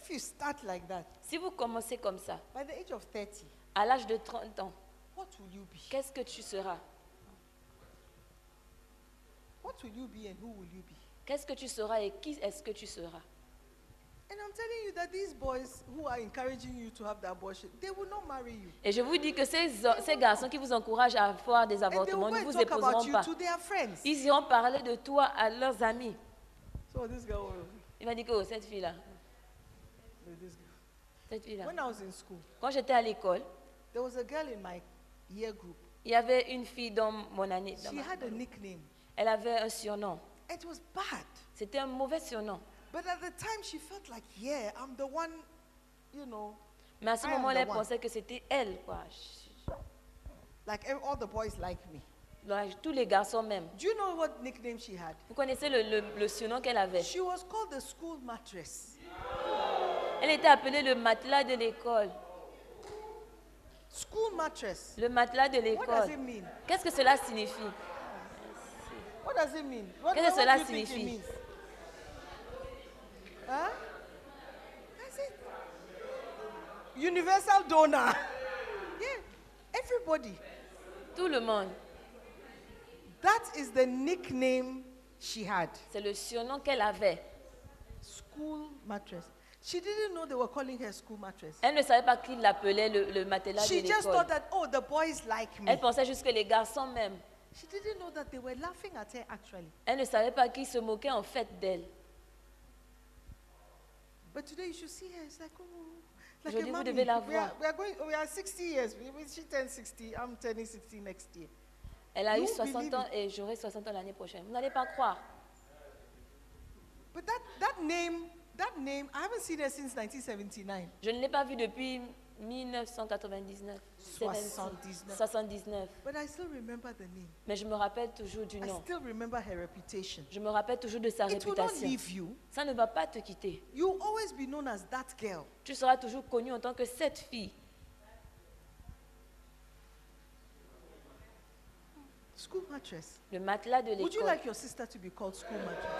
C: If you start like that,
D: Si vous commencez comme ça,
C: by the age of 30,
D: à l'âge de 30 ans,
C: what will you be?
D: qu'est-ce que tu seras
C: What will you be and who will you be?
D: Qu'est-ce que tu seras et qui est-ce que tu seras
C: And I'm telling you that these boys who are encouraging you to have the abortion, they will not marry you.
D: Et je vous dis que ces, hom- ces garçons qui vous encouragent à avoir des
C: And they will
D: avortements
C: go
D: ne
C: and
D: vous
C: talk about
D: épouseront
C: you
D: pas.
C: to their friends.
D: Ils iront parler de toi à leurs amis.
C: So this girl, will-
D: Il va dire que oh, cette fille-là,
C: no, this girl.
D: cette fille-là.
C: When I was in school,
D: Quand j'étais à l'école,
C: there was a girl in my year group.
D: il y avait une fille dans mon année. dans
C: She
D: ma-
C: had a nickname.
D: Elle avait un surnom.
C: It was bad.
D: C'était un mauvais surnom.
C: But at the time, she felt like, yeah, I'm the one, you know,
D: Mais à ce
C: I am
D: moment-là,
C: the
D: elle
C: one.
D: pensait que c'était elle. Quoi.
C: like ev- all the boys like me.
D: Donc, Tous les garçons même.
C: Do you know what nickname she had?
D: Vous connaissez le, le- le surnom qu'elle avait.
C: She was called the school mattress.
D: Elle était appelée le matelas de l'école.
C: School mattress.
D: Le matelas de
C: What does it
D: l'école.
C: mean?
D: Qu'est-ce que cela signifie
C: What does it mean? What,
D: Qu'est-ce que
C: what
D: cela
C: do you think
D: signifie?
C: it means? Huh? That's it. Universal donor. yeah. Everybody.
D: Tout le monde.
C: That is the nickname she had.
D: C'est le surnom qu'elle avait.
C: School mattress. She didn't know they were calling her school mattress.
D: Elle ne savait pas qui l'appelait le, le matelas
C: She
D: de
C: just
D: l'école.
C: thought that, oh, the boys like me.
D: Elle pensait juste que les garçons même.
C: She didn't know that they were laughing at her actually.
D: Elle ne savait pas qui se moquait en fait d'elle.
C: But today you should see her. It's like, oh, like
D: Aujourd'hui,
C: a
D: vous
C: mommy.
D: devez la
C: We are,
D: voir.
C: we are going. We are 60 years. We, we- she turns 60. I'm turning 60 next year.
D: Elle a
C: You
D: eu
C: won't
D: 60
C: believe
D: ans et j'aurai 60 ans l'année prochaine. Vous n'allez pas croire.
C: But that that name, that name, I haven't seen her since 1979.
D: Je ne l'ai pas vue depuis 1999.
C: 79.
D: 79.
C: But I still remember the name.
D: Mais je me rappelle toujours du
C: I
D: nom.
C: still remember her reputation.
D: Je me rappelle toujours de sa
C: It will not
D: réputation.
C: leave you.
D: Ça ne va pas te quitter.
C: You will always be known as that girl.
D: Tu seras toujours connue en tant que cette fille.
C: School mattress.
D: Le matelas de
C: Would you
D: l'école.
C: like your sister to be called school mattress?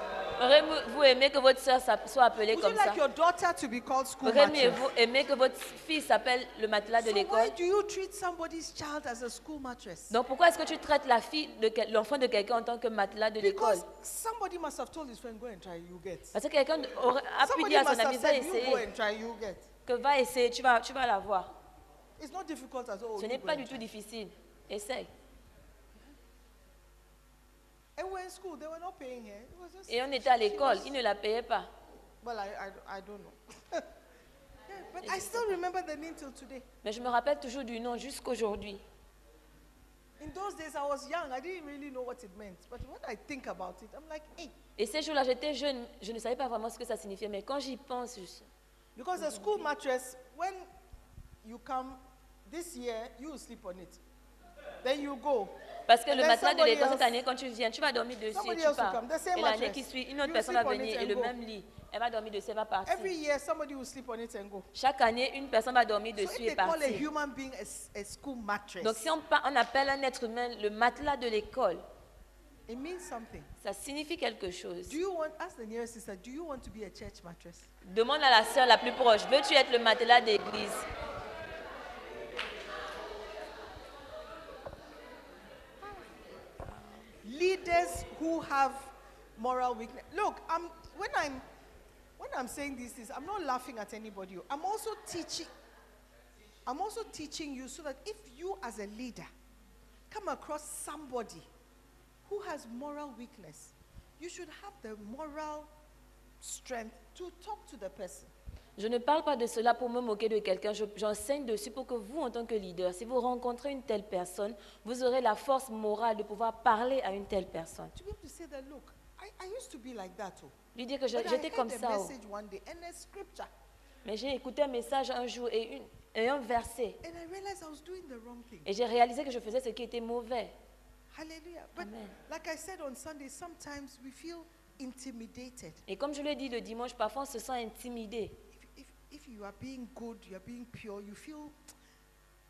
D: Auriez-vous aimé que votre soeur soit appelée
C: Would you
D: comme ça
C: like your daughter to be called school mattress?
D: Auriez-vous aimé que votre fille s'appelle le matelas de
C: So why
D: l'école
C: do you treat somebody's child as a school mattress?
D: Donc pourquoi est-ce que tu traites la fille, de quel- l'enfant de quelqu'un en tant que matelas de l'école
C: Because somebody must have told his friend, go and try, you get.
D: Parce que quelqu'un aurait- a pu
C: Somebody
D: dire à
C: must
D: son ami,
C: have
D: va
C: said, you go
D: essayer,
C: and try, you get.
D: que va essayer, tu vas, tu vas la voir.
C: It's not difficult at all.
D: Ce
C: Oh, you
D: n'est
C: go
D: pas
C: and
D: du tout
C: try.
D: difficile. Essaye.
C: And we're in school, they were not paying her. It was just,
D: Et on était à
C: she
D: l'école,
C: was-
D: ils ne la payaient pas.
C: well, I, I, I don't know. yeah, but I still remember the name till today.
D: Mais je me rappelle toujours du nom jusqu'aujourd'hui.
C: In those days, I was young. I didn't really know what it meant. But when I think about it, I'm like, hey.
D: Et ces jours-là, j'étais jeune, je ne savais pas vraiment ce que ça signifiait. Mais quand j'y pense, je-
C: Because a school mattress, when you come this year, you will sleep on it. Then you go.
D: Parce que
C: And
D: le
C: then
D: matelas de
C: somebody
D: l'école,
C: else-
D: cette année, quand tu viens, tu vas dormir dessus et
C: Somebody
D: tu
C: else will
D: pars.
C: come, the same
D: Et l'année
C: mattress.
D: qui suit, une autre
C: You
D: personne
C: sleep
D: va
C: on it
D: venir et
C: and
D: le
C: go.
D: même lit. Elle va dormir dessus, elle va partir.
C: Every year, somebody will sleep on it and go.
D: Chaque année, une personne va dormir
C: So if
D: dessus et
C: they call a
D: partir.
C: human being a, s- a school mattress,
D: Donc si on, par- on appelle un être humain le matelas de l'école,
C: it means something.
D: ça signifie quelque chose.
C: Do you want, ask the nearest sister, do you want to be a church mattress?
D: Demande à la sœur la plus proche, veux-tu être le matelas d'église
C: Leaders who have moral weakness. Look, I'm, when, I'm, when I'm saying these things, I'm not laughing at anybody. I'm also teaching. I'm also teaching you so that if you as a leader come across somebody who has moral weakness, you should have the moral strength to talk to the person.
D: Je ne parle pas de cela pour me moquer de quelqu'un, Je- j'enseigne dessus pour que vous, en tant que leader, si vous rencontrez une telle personne, vous aurez la force morale de pouvoir parler à une telle personne.
C: to be able to say that look I, I used to be like that oh
D: Lui dire que je-
C: but I
D: j'étais
C: heard
D: comme
C: a
D: ça. oh.
C: message one day and a scripture
D: Mais j'ai écouté un message un jour et, une- et un verset.
C: and I realized I was doing the wrong thing
D: Et j'ai réalisé que je faisais ce qui était mauvais.
C: hallelujah but
D: Amen.
C: like I said on Sunday sometimes we feel intimidated
D: Et comme je l'ai dit le dimanche, parfois on se sent intimidé.
C: if, if, if you are being good you are being pure you feel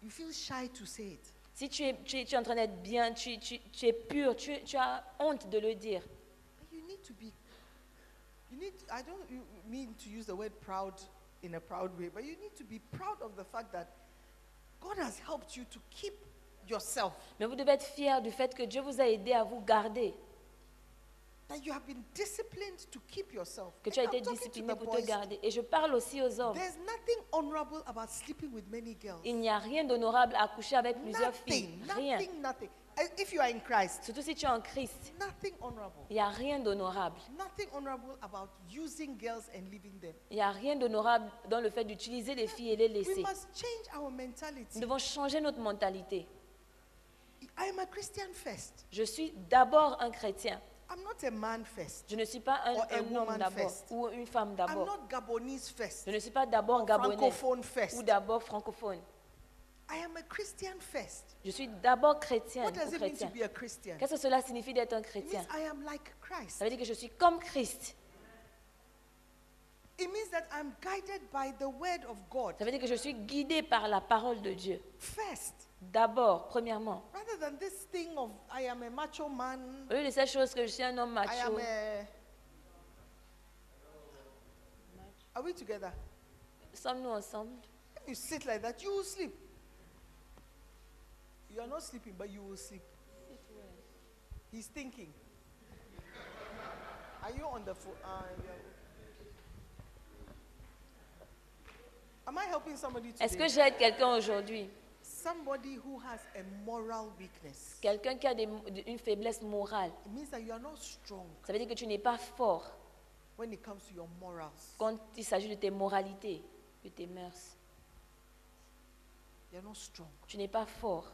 C: You feel shy to say it.
D: Si tu es, tu es- tu es en train d'être bien, tu, tu- tu es pur, tu, tu as honte de le dire.
C: But you need to be. You need. I don't you mean to use the word proud in a proud way, but you need to be proud of the fact that God has helped you to keep yourself.
D: Mais vous devez être fier du fait que Dieu vous a aidé à vous garder,
C: That you have been disciplined to keep yourself.
D: que tu as
C: And I'm
D: été
C: talking to
D: discipliné
C: the
D: pour te
C: boys
D: garder. Et je parle aussi aux hommes.
C: There's nothing honorable about sleeping with many girls.
D: Il n'y a rien d'honorable à coucher avec plusieurs filles.
C: nothing,
D: Rien.
C: nothing, nothing. And If you are in Christ,
D: Surtout si tu es en Christ.
C: nothing honorable.
D: Il n'y a rien d'honorable.
C: Nothing honorable about using girls and leaving them.
D: Il n'y a rien d'honorable dans le fait d'utiliser les filles et les
C: We
D: laisser.
C: must change our
D: Nous
C: mentality.
D: devons changer notre mentalité.
C: I am a Christian first.
D: Je suis d'abord un chrétien.
C: I'm not a man first.
D: Je ne suis pas un,
C: Or a
D: un homme
C: woman
D: d'abord
C: first.
D: ou une femme
C: I'm
D: d'abord.
C: not Gabonese first.
D: Je ne suis pas d'abord
C: Or
D: gabonais
C: francophone first.
D: ou d'abord francophone.
C: I am a Christian first.
D: Je suis d'abord chrétien
C: What
D: ou
C: does it mean to
D: chrétien.
C: be a Christian?
D: Qu'est-ce que cela signifie d'être un
C: It means
D: chrétien
C: I am like Christ.
D: Ça veut dire que je suis comme Christ.
C: It means that I'm guided by the word of God
D: Ça veut dire que je suis guidé par la parole de Dieu.
C: first.
D: D'abord, premièrement.
C: Rather than this thing of I am a macho man,
D: Au lieu de ces choses que je suis un homme
C: I am
D: macho.
C: a. Are we together?
D: Sommes-nous ensemble
C: If you sit like that, you will sleep. You are not sleeping, but you will sleep. He's thinking. Are you on the phone? Uh, you are- Am I helping somebody
D: Est-ce que
C: today?
D: j'aide quelqu'un aujourd'hui
C: Somebody who has a moral weakness.
D: Quelqu'un qui a des- une faiblesse morale.
C: It means that you are not strong
D: Ça veut dire que tu n'es pas fort
C: when it comes to your morals.
D: quand il s'agit de tes moralités, de tes mœurs.
C: You are not strong.
D: Tu n'es pas fort.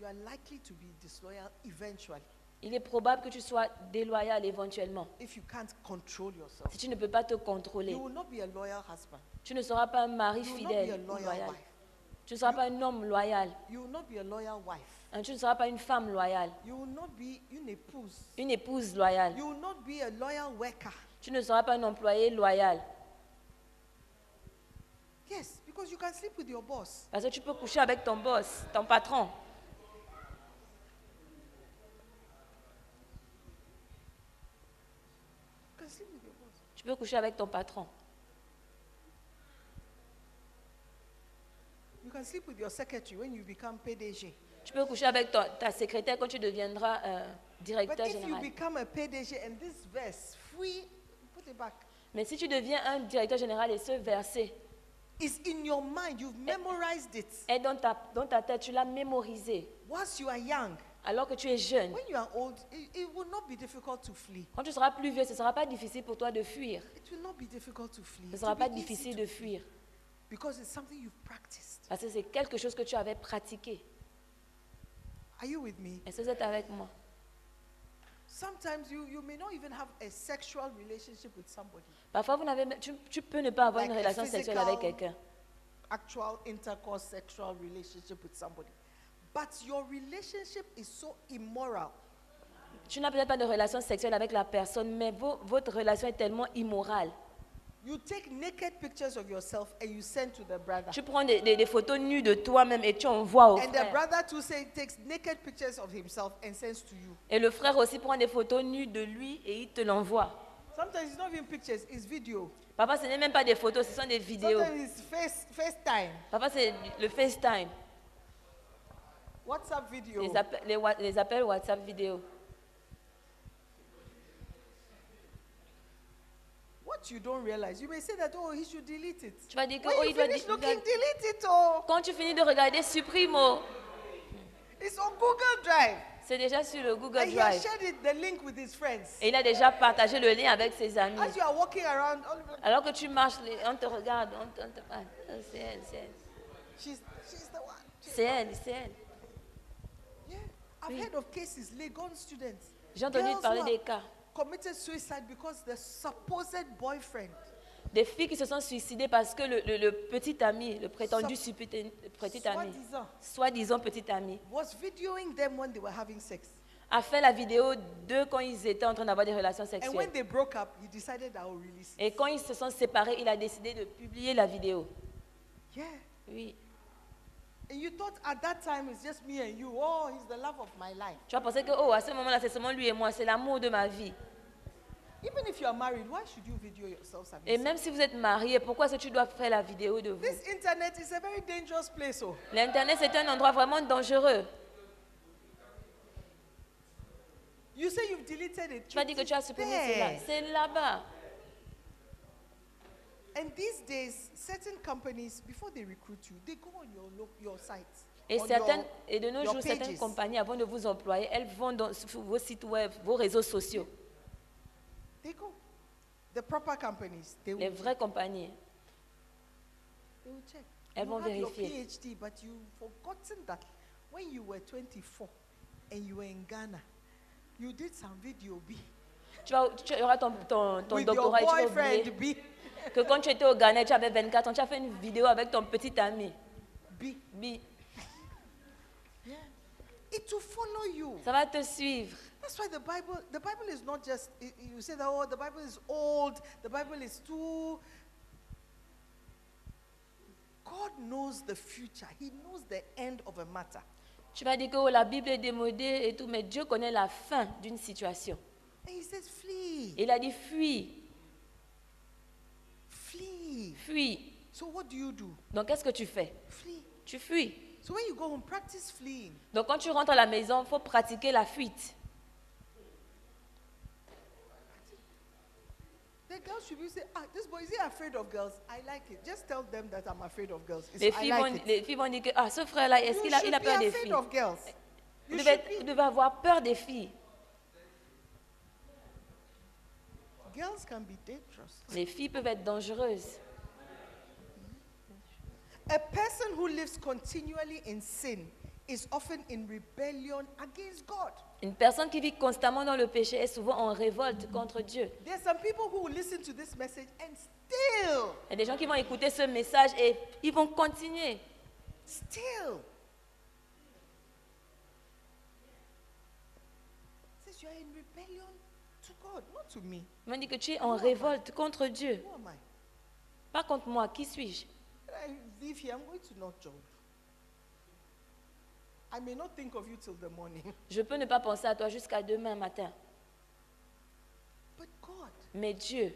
C: You are likely to be disloyal eventually
D: Il est probable que tu sois déloyal éventuellement.
C: if you can't control yourself.
D: Si tu ne peux pas te
C: You
D: contrôler,
C: will not be a loyal husband.
D: tu ne seras pas un mari
C: You will not be a
D: fidèle ou
C: loyal
D: loyal.
C: wife.
D: Tu ne seras pas un homme loyal.
C: You will not be a loyal wife.
D: Hein, Tu ne seras pas une femme loyale,
C: You will not be une épouse.
D: une épouse loyale.
C: You will not be a loyal worker.
D: Tu ne seras pas un employé loyal.
C: Yes, because you can sleep with your boss.
D: Parce que tu peux coucher avec ton boss, ton patron.
C: You can sleep with your boss.
D: Tu peux coucher avec ton patron.
C: You can sleep with your secretary when you become PDG.
D: Tu peux coucher avec ton- ta secrétaire quand tu deviendras euh,
C: But
D: directeur
C: if you
D: général.
C: become a PDG and this verse, free, put it back,
D: Mais si tu deviens un directeur général et ce verset
C: is in your mind. You've memorized it.
D: est dans ta, dans ta tête, tu l'as mémorisé
C: Once you are young,
D: alors que tu es jeune.
C: when you are old, it, it will not be difficult to flee.
D: Quand tu seras plus vieux, ce ne sera pas difficile pour toi de fuir.
C: It will not be difficult to flee.
D: Ce ne
C: It
D: sera
C: will
D: pas
C: be easy
D: difficile
C: to-
D: de fuir
C: Because it's something you've practiced.
D: parce que c'est quelque chose que tu avais pratiqué.
C: Are you with me?
D: Est-ce que vous êtes avec moi
C: Sometimes you, you may not even have a sexual relationship with somebody,
D: Parfois, vous n'avez même- tu, tu peux ne pas avoir une
C: Like a
D: relation sexuelle avec
C: physical-
D: quelqu'un.
C: actual intercourse, sexual relationship with somebody. But your relationship is so immoral
D: Tu n'as peut-être pas de relation sexuelle avec la personne, mais vo- votre relation est tellement immorale.
C: You take naked pictures of yourself and you send to the brother.
D: Tu prends des, des- des photos nues de toi-même et tu envoies au
C: And the
D: frère.
C: brother too say, takes naked pictures of himself and sends to you.
D: Et le frère aussi prend des photos nues de lui et il te l'envoie.
C: Sometimes it's not even pictures, it's video.
D: Papa, ce n'est même pas des photos, ce sont des vidéos.
C: Sometimes it's face FaceTime,
D: Papa, c'est le FaceTime,
C: WhatsApp video.
D: les, appels- les wa- les appels WhatsApp vidéo.
C: What you don't realize, you may say that, oh, he should delete it.
D: Tu vas dire que
C: When
D: oh,
C: you
D: il doit
C: finish
D: di-
C: looking,
D: il doit-
C: delete it. Oh,
D: Quand tu finis de regarder, supprime. oh.
C: it's on Google Drive.
D: C'est déjà sur le Google
C: and he has
D: Drive.
C: shared it, the link with his friends.
D: Et il a déjà partagé le lien avec ses amis.
C: As you are walking around, all of them,
D: Alors que tu marches, les- on te regarde, on, te- on te parle. Oh, c'est elle, c'est elle.
C: she's, she's the one.
D: C'est elle, c'est elle.
C: Yeah. I've heard of cases, Legon students.
D: J'ai entendu
C: girls
D: parler
C: who
D: des
C: have
D: cas.
C: Committed suicide because the supposed boyfriend,
D: Des filles qui se sont suicidées parce que le, le- le petit ami, le prétendu
C: Soit-
D: supposé- petit ami,
C: soi-disant.
D: soi-disant petit ami,
C: was videoing them when they were having sex.
D: a fait la vidéo d'eux quand ils étaient en train d'avoir des relations
C: And when
D: sexuelles.
C: they broke up, he decided I will release it.
D: Et quand ils se sont séparés, il a décidé de publier la vidéo.
C: Yeah.
D: Oui.
C: And you thought at that time it's just me and you. Oh, he's the love of my life.
D: Tu vas penser que, oh, à ce moment-là, c'est seulement lui et moi, c'est l'amour de ma vie.
C: Even if you are married, why should you video yourself? serving
D: Et
C: sex?
D: même si vous êtes marié, pourquoi est-ce que tu dois faire la vidéo de vous
C: This internet is a very dangerous place. Oh,
D: L'Internet, c'est un endroit vraiment dangereux.
C: you say you've deleted it.
D: Tu vas dire que tu as supprimé cela.
C: There.
D: C'est là-bas.
C: And these days, certain companies, before they recruit you, they go on your lo- your site.
D: Et,
C: on
D: certaines,
C: your-
D: et de nos
C: Oh, your
D: jours, certaines
C: pages.
D: compagnies, avant de vous employer, elles vont dans, sur vos sites web, vos réseaux sociaux,
C: They go. The proper companies, they will,
D: les vraies compagnies.
C: they will check.
D: Elles
C: you
D: vont
C: had
D: vérifier.
C: your PhD, but you've forgotten that when you were 24 and you were in Ghana, you did some video B
D: Tu, vas, tu auras ton, ton, ton
C: with your
D: doctorat et tu vas oublier
C: boyfriend B.
D: que quand tu étais au Ghana, tu avais 24 ans, tu as fait une vidéo avec ton petit ami.
C: B.
D: Bi,
C: Yeah. It will follow you.
D: ça va te suivre.
C: That's why the Bible, the Bible is not just, i- you say that, oh, the Bible is old, the Bible is too. God knows the future, He knows the end of a matter.
D: Tu vas dire que oh, la Bible est démodée et tout, mais Dieu connaît la fin d'une situation.
C: And He says, flee,
D: Il a dit fuis,
C: flee.
D: fuis.
C: So what do you do?
D: Donc qu'est-ce que tu fais
C: Flee.
D: Tu fuis.
C: So when you go home, practice fleeing.
D: Donc quand tu rentres à la maison, il faut pratiquer la fuite.
C: The girls should be saying, ah, this boy, is he afraid of girls? I like it. Just tell them that I'm afraid of girls. It's-
D: Les
C: I
D: filles,
C: like
D: vont,
C: it.
D: les filles vont dire que ah, ce frère-là, est-ce
C: You
D: qu'il a, il a
C: should
D: peur
C: be
D: des
C: afraid
D: filles
C: of girls.
D: vous
C: You
D: devez,
C: should
D: être-
C: be.
D: vous devez avoir peur des filles.
C: Girls can be dangerous.
D: Les filles peuvent être dangereuses.
C: A person who lives continually in sin is often in rebellion against God.
D: Une personne qui vit constamment dans le péché est souvent en révolte contre Dieu.
C: There are some people who will listen to this message and still,
D: Il y a des gens qui vont écouter ce message et ils vont continuer.
C: still. Says you are in rebellion to God, not to me.
D: Ils vont dire que tu es en révolte contre Dieu.
C: Who am I?
D: Pas contre moi, qui suis-je
C: When I leave here, I'm going to not job. I may not think of you till the morning,
D: Je peux ne pas penser à toi jusqu'à demain matin.
C: but God,
D: Mais Dieu,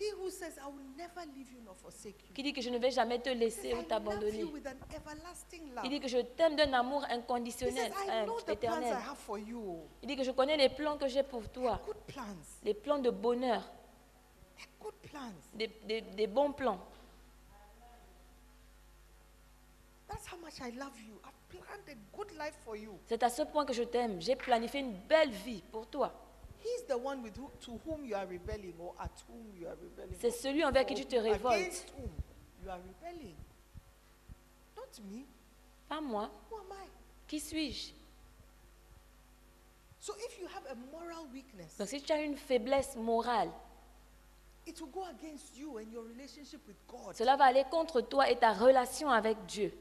C: He who says, "I will never leave you nor forsake you,"
D: qui dit que je ne vais jamais te laisser
C: says,
D: ou
C: "I love
D: t'abandonner.
C: you with an everlasting love."
D: Il dit que je t'aime d'un amour
C: He says,
D: inconditionnel,
C: I
D: un-
C: know the plans
D: éternel.
C: I have for you.
D: Il dit que je connais les plans que j'ai pour toi,
C: Good plans.
D: les plans de bonheur,
C: They're good plans.
D: des, des- des bons plans.
C: That's how much I love you. I've planned a good life for you.
D: C'est à ce point que je t'aime. J'ai planifié une belle vie pour toi.
C: He's the one with who, to whom you are rebelling or at whom you are rebelling.
D: C'est celui envers qui
C: or
D: tu te révoltes.
C: Against whom you are rebelling. Not me.
D: Pas moi.
C: Who am I?
D: Qui suis-je
C: So if you have a moral weakness,
D: Donc si tu as une faiblesse morale,
C: it will go against you and your relationship with God.
D: cela va aller contre toi et ta relation avec Dieu.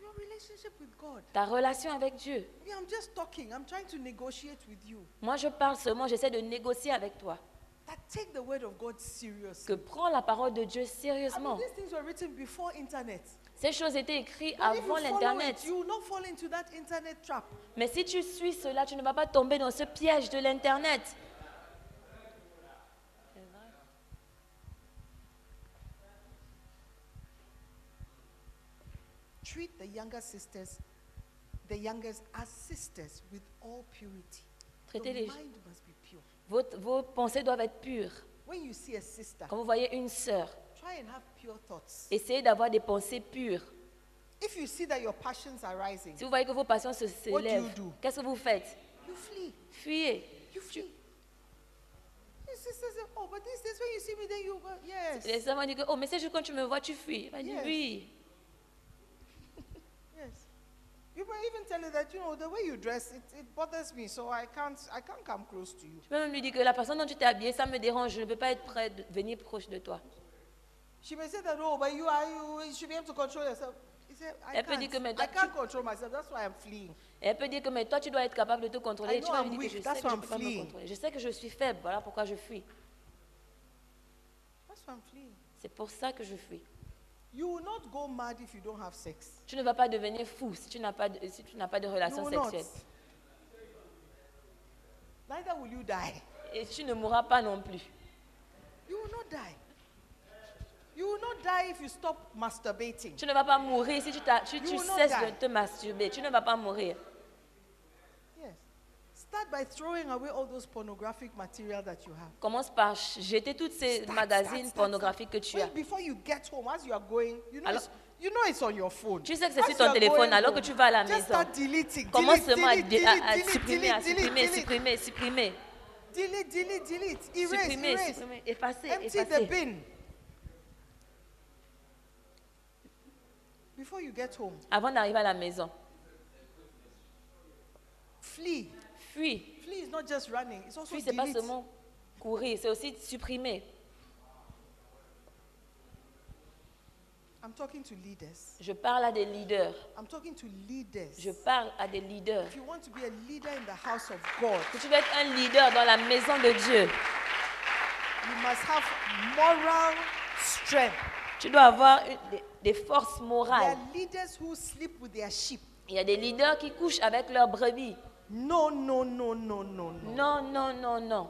C: Your relationship with God.
D: Ta relation avec Dieu.
C: Me, I'm just talking. I'm trying to negotiate with you.
D: Moi, je parle seulement, j'essaie de négocier avec toi.
C: That take the word of God seriously.
D: Que prends la parole de Dieu
C: I mean,
D: sérieusement.
C: these things were written before internet.
D: Ces choses étaient écrites
C: But if you
D: avant
C: follow
D: l'Internet.
C: it, you will not fall into that internet trap.
D: Mais si tu suis cela, tu ne vas pas tomber dans ce piège de l'Internet.
C: Treat the younger sisters, the youngest as sisters with all purity.
D: Traitez
C: Your
D: les-
C: mind must be pure.
D: Vos, vos pensées doivent être pures.
C: When you see a sister,
D: Quand vous voyez une sœur,
C: try and have pure thoughts.
D: essayez d'avoir des pensées pures.
C: If you see that your passions are rising,
D: Si vous voyez que vos passions se
C: What do you
D: s'élèvent,
C: do?
D: qu'est-ce que vous faites
C: you flee.
D: Fuyez.
C: You flee. Your sisters say, oh, but these days when you see me, then you go, yes,
D: Les sœurs vont dire que, oh, mais c'est juste quand tu me vois, tu fuis. Elle va dire,
C: Yes.
D: oui.
C: yes. You might even tell her that, you know, the way you dress, it, it bothers me, so I can't, I can't come close to you.
D: Je peux même lui dire que la façon dont tu t'es habillée, ça me dérange. Je ne peux pas être près de venir proche de toi.
C: She may say that, oh, but you are, you, you should be able to control yourself. He said, I
D: Elle peut dire que, mais
C: can't,
D: toi,
C: I
D: tu-
C: can't control myself. That's why I'm fleeing.
D: Et elle peut dire que, mais toi, tu dois être capable de te contrôler.
C: I
D: Tu
C: know
D: vas
C: I'm
D: lui dire que
C: weak.
D: je sais
C: That's
D: que je
C: why
D: ne
C: I'm
D: peux pas me
C: fleeing.
D: contrôler. Je sais que je suis faible. Voilà pourquoi je fuis.
C: That's why I'm fleeing.
D: C'est pour ça que je fuis.
C: You will not go mad if you don't have sex.
D: Tu ne vas pas devenir fou si tu n'as pas de, si tu n'as pas de
C: You
D: relation
C: will not.
D: sexuelle.
C: Neither will you die.
D: Et tu ne mourras pas non plus.
C: You will not die. You will not die if you stop masturbating.
D: Tu ne vas pas mourir si tu, t'as- tu, tu
C: You will not
D: cesses
C: die.
D: de te masturber. Tu ne vas pas mourir.
C: Yes. Start by throwing away all those pornographic material that you have.
D: Commence par ch- jeter toutes ces
C: Start,
D: magazines
C: start, start,
D: pornographiques que tu
C: When-
D: as.
C: before you get home, as you are going, you know,
D: Alors-
C: it's, you know it's on your phone.
D: Tu sais que c'est
C: As
D: sur ton
C: you are
D: téléphone,
C: going
D: alors que tu vas à la
C: just
D: maison.
C: Start deleting,
D: Commence
C: delete,
D: seulement à,
C: delete,
D: dé- à- à
C: delete,
D: supprimer,
C: delete,
D: à supprimer,
C: delete,
D: supprimer, supprimer,
C: delete, delete, delete, delete, erase,
D: supprimer,
C: erase.
D: supprimer, effacer,
C: Empty the
D: effacer.
C: bin. Before you get home,
D: Avant d'arriver à la maison,
C: flee.
D: fuis.
C: Flee is not just running, it's also
D: Fuis, c'est pas
C: delete.
D: seulement courir, c'est aussi supprimer.
C: I'm talking to leaders.
D: Je parle à des leaders.
C: I'm talking to leaders.
D: Je parle à des leaders.
C: If you want to be a leader in the house of God,
D: Si tu veux être un leader dans la maison de Dieu,
C: you must have moral strength.
D: tu dois avoir une- des, des forces
C: There
D: morales.
C: are leaders who sleep with their sheep.
D: Il y a des leaders qui couchent avec leurs brebis.
C: No, no, no, no, no, no.
D: Non, non, non, non.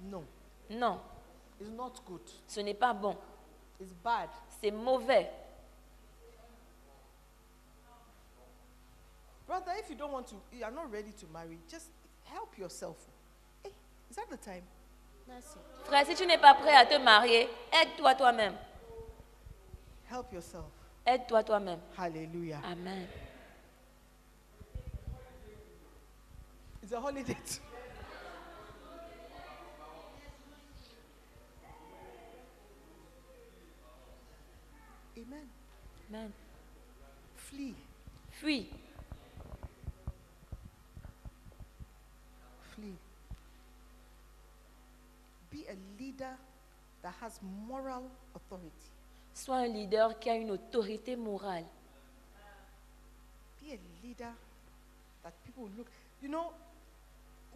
C: No.
D: Non,
C: It's not good.
D: ce n'est pas bon.
C: It's bad.
D: C'est mauvais.
C: Brother, if you don't want to, you are not ready to marry, just help yourself. Hey, is that the time? Mercy.
D: Frère, si tu n'es pas prêt à te marier, aide-toi toi-même.
C: Help yourself.
D: Aide-toi toi-même.
C: Hallelujah.
D: Amen.
C: It's a holiday. too. Amen.
D: Amen.
C: Flee.
D: Fuis.
C: Flee. Be a leader that has moral authority.
D: Sois un leader qui a une autorité morale.
C: Be a leader that people look. You know,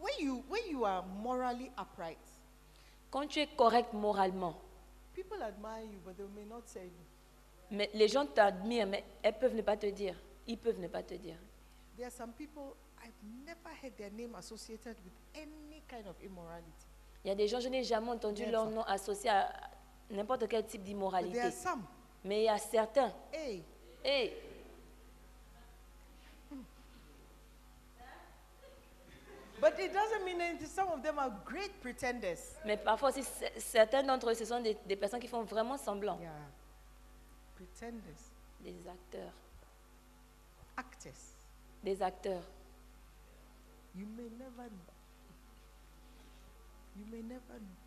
C: when you when you are morally upright,
D: Quand tu es correct moralement,
C: people admire you, but they may not say you.
D: mais les gens t'admirent, mais elles peuvent ne pas te dire. Ils peuvent ne pas te dire.
C: There are some people I've never heard their name associated with any kind of immorality.
D: Il y a des gens, je n'ai jamais entendu
C: Never.
D: leur nom associé à n'importe quel type
C: But there
D: d'immoralité.
C: are some.
D: Mais il y a certains.
C: Hey,
D: Hey,
C: but it doesn't mean anything. Some of them are great pretenders.
D: mais parfois aussi, c- certains d'entre eux, ce sont des, des personnes qui font vraiment semblant.
C: Yeah. Pretenders.
D: Des acteurs.
C: Actors.
D: Des acteurs.
C: You may never know. You may never know.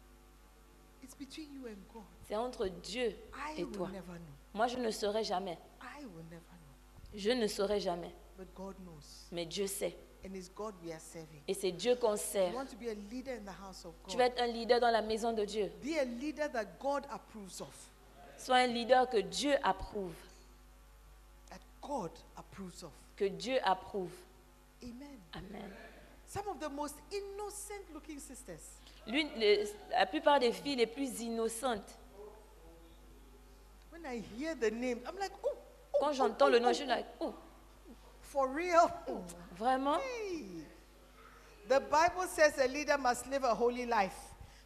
C: It's between you and God.
D: C'est entre Dieu
C: I
D: et
C: will
D: toi.
C: never know.
D: Moi, je ne saurai jamais.
C: I will never know.
D: Je ne saurai jamais.
C: But God knows.
D: Mais Dieu sait.
C: And it's God we are serving.
D: Et c'est Dieu qu'on
C: You
D: sert.
C: want to be a leader in the house of
D: Tu veux
C: God.
D: être un leader dans la maison de Dieu.
C: Be a leader that God approves of.
D: Sois un leader que Dieu approuve.
C: That God approves of.
D: Que Dieu approuve.
C: Amen.
D: Amen.
C: Some of the most innocent looking sisters.
D: L'une- le- la plupart des filles les plus innocentes,
C: When I hear the name, I'm like, oh, oh,
D: quand
C: oh,
D: j'entends le
C: oh,
D: nom,
C: oh,
D: je Oh. suis là, oh,
C: For real.
D: vraiment
C: Hey. The Bible says a leader must live a holy life,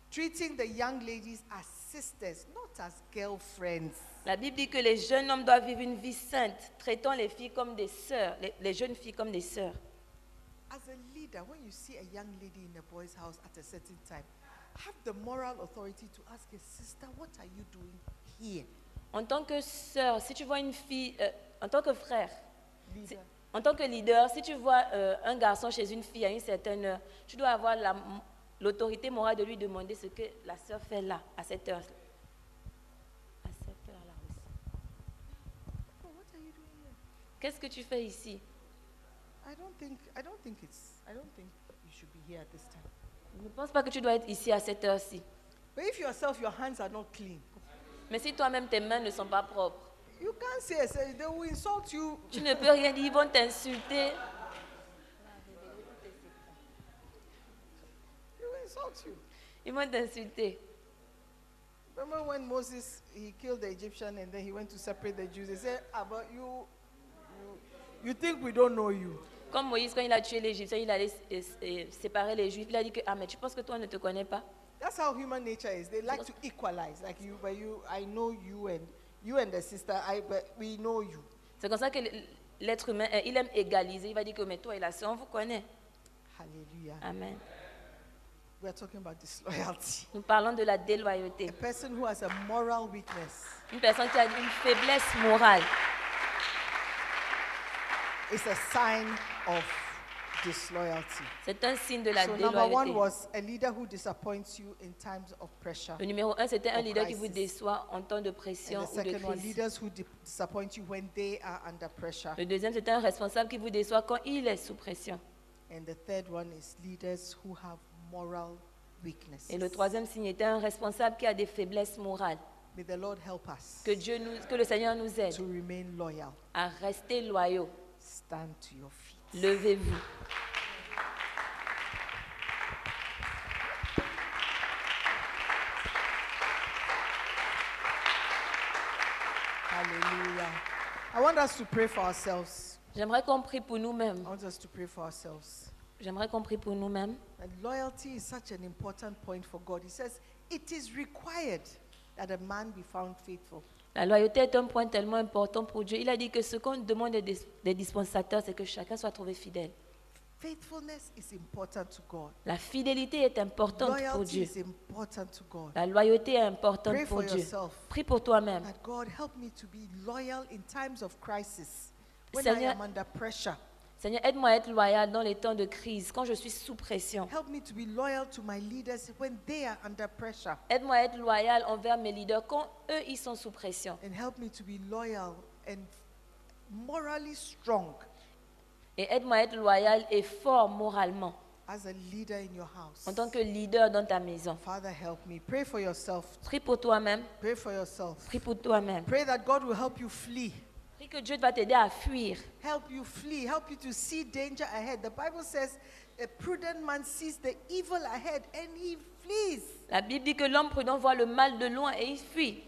C: treating the young ladies as sisters, not as girlfriends.
D: La Bible dit que les jeunes hommes doivent vivre une vie sainte, traitant les filles comme des sœurs, les, les jeunes filles comme des sœurs.
C: As a leader, when you see a young lady in a boy's house at a certain time, have the moral authority to ask a sister, What are you doing here?
D: En tant que sœur, si tu vois une fille, euh, en tant que frère, si-
C: Leader.
D: en tant que leader, si tu vois euh, un garçon chez une fille à une certaine heure, tu dois avoir la- l'autorité morale de lui demander ce que la sœur fait là, à cette heure. À cette heure-là aussi.
C: Oh, what are you doing here?
D: Qu'est-ce que tu fais ici
C: I don't think I don't think it's I don't think you should be here at this time.
D: Je ne pense pas que tu dois être ici à cette heure-ci.
C: But if yourself your hands are not clean,
D: Mais si toi-même tes mains ne sont pas propres,
C: you can't say say- they will insult you.
D: tu ne peux rien dire, ils vont t'insulter.
C: They will insult you.
D: Ils vont t'insulter.
C: Remember when Moses he killed the Egyptian and then he went to separate the Jews? They said, "About you, you, you think we don't know you?
D: Comme Moïse, quand il a tué l'Égyptien, il allait s- s- euh, séparer les Juifs. Il a dit que, ah, mais tu penses que toi, on ne te connaît pas
C: That's how human nature is. They like to equalize, like you, but you, I know you and you and the sister. I, but we know you.
D: C'est comme ça que l- l'être humain, euh, il aime égaliser. Il va dire que, mais toi et la sœur, on vous connaît.
C: Hallelujah.
D: Amen.
C: We are talking about disloyalty.
D: Nous parlons de la déloyauté.
C: A person who has a moral weakness
D: Une personne qui a une faiblesse morale,
C: is a sign of disloyalty.
D: c'est un signe de la
C: so number one
D: déloyauté.
C: was a leader who disappoints you in times of pressure.
D: Le numéro un, c'était un
C: Of
D: leader qui vous
C: crisis.
D: déçoit en temps de
C: Oh, And
D: pression
C: the
D: ou de
C: second one,
D: crise.
C: leaders who di- disappoint you when they are under pressure.
D: Le deuxième, c'est un responsable qui vous déçoit quand il est sous pression.
C: And the third one is leaders who have moral
D: Et le
C: weaknesses.
D: troisième signe était un responsable qui a des faiblesses morales.
C: May the Lord help us
D: Que, Dieu nous, que le Seigneur nous aide
C: to remain loyal.
D: à rester loyaux.
C: Stand to your feet.
D: Levez-vous.
C: Hallelujah. I want us to pray for ourselves.
D: J'aimerais qu'on prie pour
C: I
D: nous-mêmes.
C: want us to pray for ourselves.
D: J'aimerais qu'on prie pour nous-mêmes.
C: And loyalty is such an important point for God. He says, It is required that a man be found faithful.
D: La loyauté est un point tellement important pour Dieu. Il a dit que ce qu'on demande des, dis- des dispensateurs, c'est que chacun soit trouvé fidèle.
C: Faithfulness is important to God.
D: La fidélité est importante pour
C: Loyalty
D: Dieu.
C: is important to God.
D: La loyauté est importante
C: Pray
D: pour
C: for
D: Dieu.
C: yourself.
D: Prie pour toi-même.
C: That God help me to be loyal in times of crisis. When I
D: Seigneur-
C: am under pressure,
D: Seigneur, aide-moi à être loyal dans les temps de crise, quand je suis sous pression.
C: help me to be loyal to my leaders when they are under pressure,
D: Aide-moi à être loyal envers mes leaders quand eux, ils sont sous pression.
C: and help me to be loyal and morally strong
D: Et aide-moi à être loyal et fort moralement
C: as a leader in your house.
D: en tant que leader dans ta maison.
C: Father, help me. Pray for yourself.
D: Prie pour toi-même.
C: Pray for yourself.
D: Prie pour toi-même.
C: Pray that God will help you flee.
D: Prie que Dieu va t'aider à fuir.
C: Help you flee. Help you to see danger ahead. The Bible says a prudent man sees the evil ahead and he flees.
D: La Bible dit que l'homme prudent voit le mal de loin et il fuit.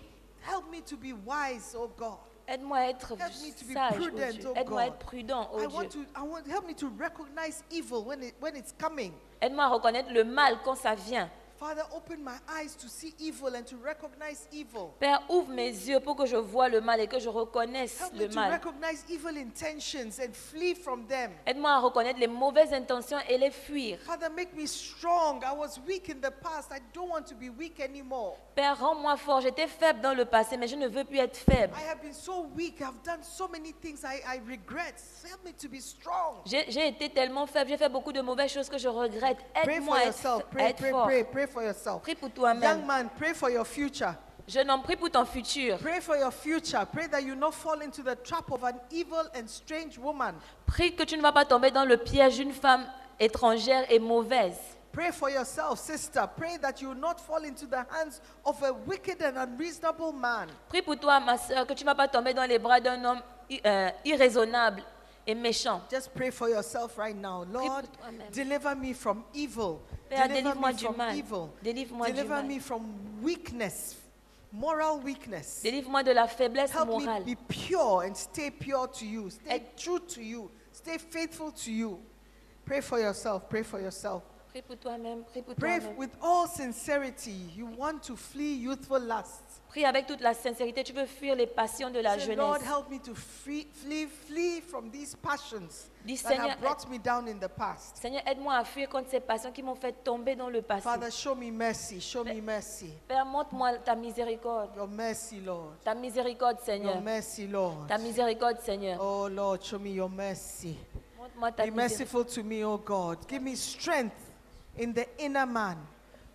C: Help me to be wise, oh God.
D: Aide-moi à être
C: Help me to be
D: sage, oh
C: prudent,
D: Dieu.
C: oh
D: Aide-moi à
C: God.
D: être prudent, oh
C: I want
D: Dieu.
C: to I want help me to recognize evil when it when it's coming.
D: Aide-moi à reconnaître le mal quand ça vient.
C: Father, open my eyes to see evil and to recognize evil.
D: Père, ouvre mes yeux pour que je vois le mal et que je reconnaisse
C: Help me
D: le
C: to
D: mal.
C: recognize evil intentions and flee from them.
D: Aide-moi à reconnaître les mauvaises intentions et les fuir.
C: Father, make me strong. I was weak in the past. I don't want to be weak anymore.
D: Père, rends-moi fort. J'étais faible dans le passé, mais je ne veux plus être faible.
C: I have been so weak. I've done so many things I, I regret. Help me to be strong.
D: J'ai j'ai été tellement faible, j'ai fait beaucoup de mauvaises choses que je regrette.
C: Pray for
D: Aide-moi à être,
C: yourself.
D: à
C: Pray,
D: être
C: pray,
D: fort.
C: pray, pray for yourself.
D: Prie pour
C: Young
D: toi-même.
C: man, pray for your future.
D: Jeune homme, prie pour ton futur.
C: Pray for your future. Pray that you not fall into the trap of an evil and strange woman.
D: Prie que tu ne vas pas tomber dans le piège d'une femme étrangère et mauvaise.
C: Pray for yourself, sister. Pray that you not fall into the hands of a wicked and unreasonable man.
D: Prie pour toi, ma soeur, que tu ne vas pas tomber dans les bras d'un homme i- euh, irraisonnable et méchant.
C: Just pray for yourself right now. Lord,
D: toi-même.
C: deliver me from evil.
D: Père,
C: deliver
D: délivre-moi
C: me
D: du
C: from
D: mal.
C: evil.
D: Délivre-moi du
C: deliver
D: mal.
C: me from weakness, moral weakness.
D: Délivre-moi de la faiblesse
C: Help
D: morale.
C: me be pure and stay pure to you. Stay
D: Aide-
C: true to you. Stay faithful to you. Pray for yourself. Pray for yourself.
D: Prie pour toi-même, prie pour
C: Pray
D: toi-même.
C: with all sincerity. You want to flee youthful lusts.
D: Prie avec toute la sincérité. Tu veux fuir les passions de la
C: Say, Lord,
D: jeunesse.
C: help me to flee, flee, flee from these passions
D: Dis,
C: that
D: Seigneur,
C: have brought me down in the past.
D: Seigneur, aide-moi à fuir contre ces passions qui m'ont fait tomber dans le passé.
C: Father, show me mercy. Show me mercy.
D: Père, montre-moi ta miséricorde.
C: Your mercy, Lord.
D: Ta miséricorde,
C: Your
D: Seigneur.
C: mercy, Lord.
D: Ta miséricorde, Seigneur.
C: Oh, Lord, show me your mercy.
D: Montre-moi ta
C: Be
D: miséricorde.
C: merciful to me, O God. Give me strength in the inner man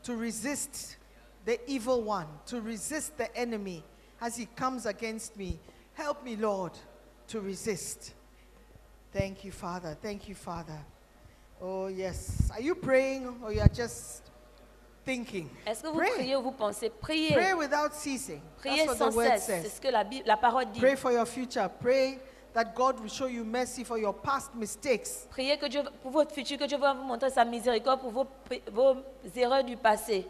C: to resist the evil one, to resist the enemy as he comes against me. Help me, Lord, to resist. Thank you, Father. Thank you, Father. Oh, yes. Are you praying or you are just thinking?
D: Est-ce que vous
C: Pray.
D: priez ou vous pensez Priez.
C: Pray without ceasing.
D: Priez
C: That's what the
D: sans
C: word
D: cesse. C'est
C: says.
D: ce que la, Bible- la parole dit.
C: Pray for your future. Pray that God will show you mercy for your past mistakes.
D: Priez que Dieu, pour votre futur, que Dieu va vous montrer sa miséricorde pour vos, pri- vos erreurs du passé.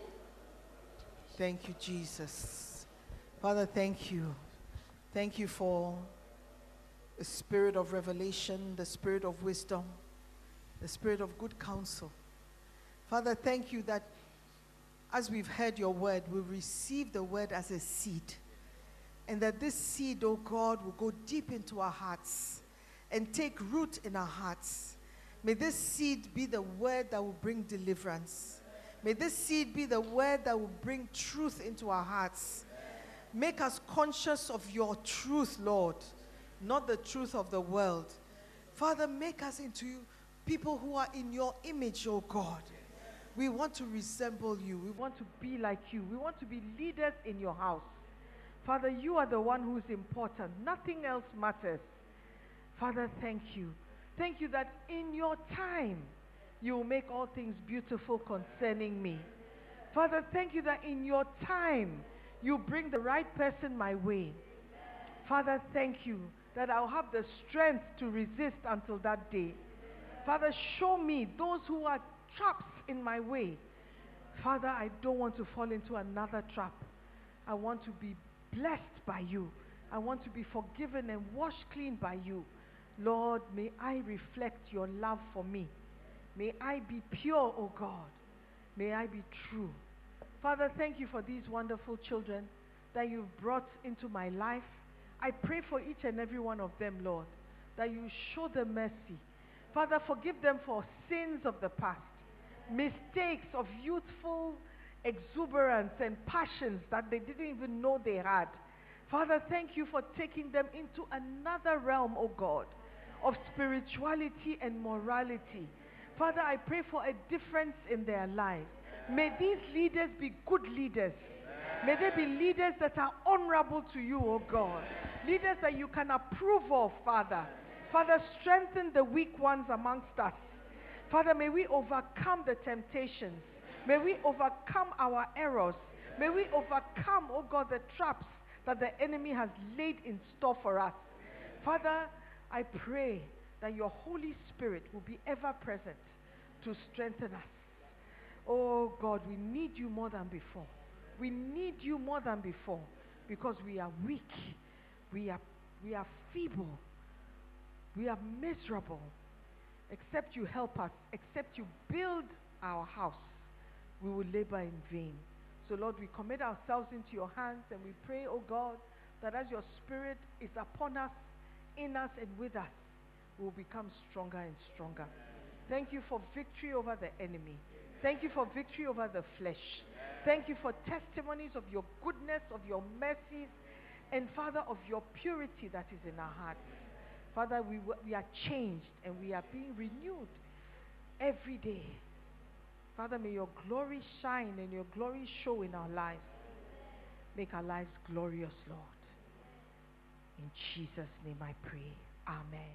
C: Thank you, Jesus. Father, thank you. Thank you for the spirit of revelation, the spirit of wisdom, the spirit of good counsel. Father, thank you that as we've heard your word, we receive the word as a seed. And that this seed, oh God, will go deep into our hearts and take root in our hearts. May this seed be the word that will bring deliverance. May this seed be the word that will bring truth into our hearts. Make us conscious of your truth, Lord, not the truth of the world. Father, make us into people who are in your image, oh God. We want to resemble you. We want to be like you. We want to be leaders in your house. Father, you are the one who's important. Nothing else matters. Father, thank you. Thank you that in your time you will make all things beautiful concerning me. Father, thank you that in your time you bring the right person my way. Father, thank you that I'll have the strength to resist until that day. Father, show me those who are traps in my way. Father, I don't want to fall into another trap. I want to be blessed by you. I want to be forgiven and washed clean by you. Lord, may I reflect your love for me. May I be pure, O God. May I be true. Father, thank you for these wonderful children that you've brought into my life. I pray for each and every one of them, Lord, that you show them mercy. Father, forgive them for sins of the past, mistakes of youthful exuberance and passions that they didn't even know they had. Father, thank you for taking them into another realm, O God, of spirituality and morality. Father, I pray for a difference in their lives. May these leaders be good leaders. May they be leaders that are honorable to you, O God. Leaders that you can approve of, Father. Father, strengthen the weak ones amongst us. Father, may we overcome the temptations. May we overcome our errors. May we overcome, O God, the traps that the enemy has laid in store for us. Father, I pray that your Holy Spirit will be ever present to strengthen us. Oh God, we need you more than before. We need you more than before because we are weak. We are, we are feeble. We are miserable. Except you help us, except you build our house, we will labor in vain. So, Lord, we commit ourselves into your hands and we pray, oh God, that as your Spirit is upon us, in us, and with us, we will become stronger and stronger. Thank you for victory over the enemy. Thank you for victory over the flesh. Thank you for testimonies of your goodness, of your mercies, and Father, of your purity that is in our hearts. Father, we, w- we are changed and we are being renewed every day. Father, may your glory shine and your glory show in our lives. Make our lives glorious, Lord. In Jesus' name I pray. Amen.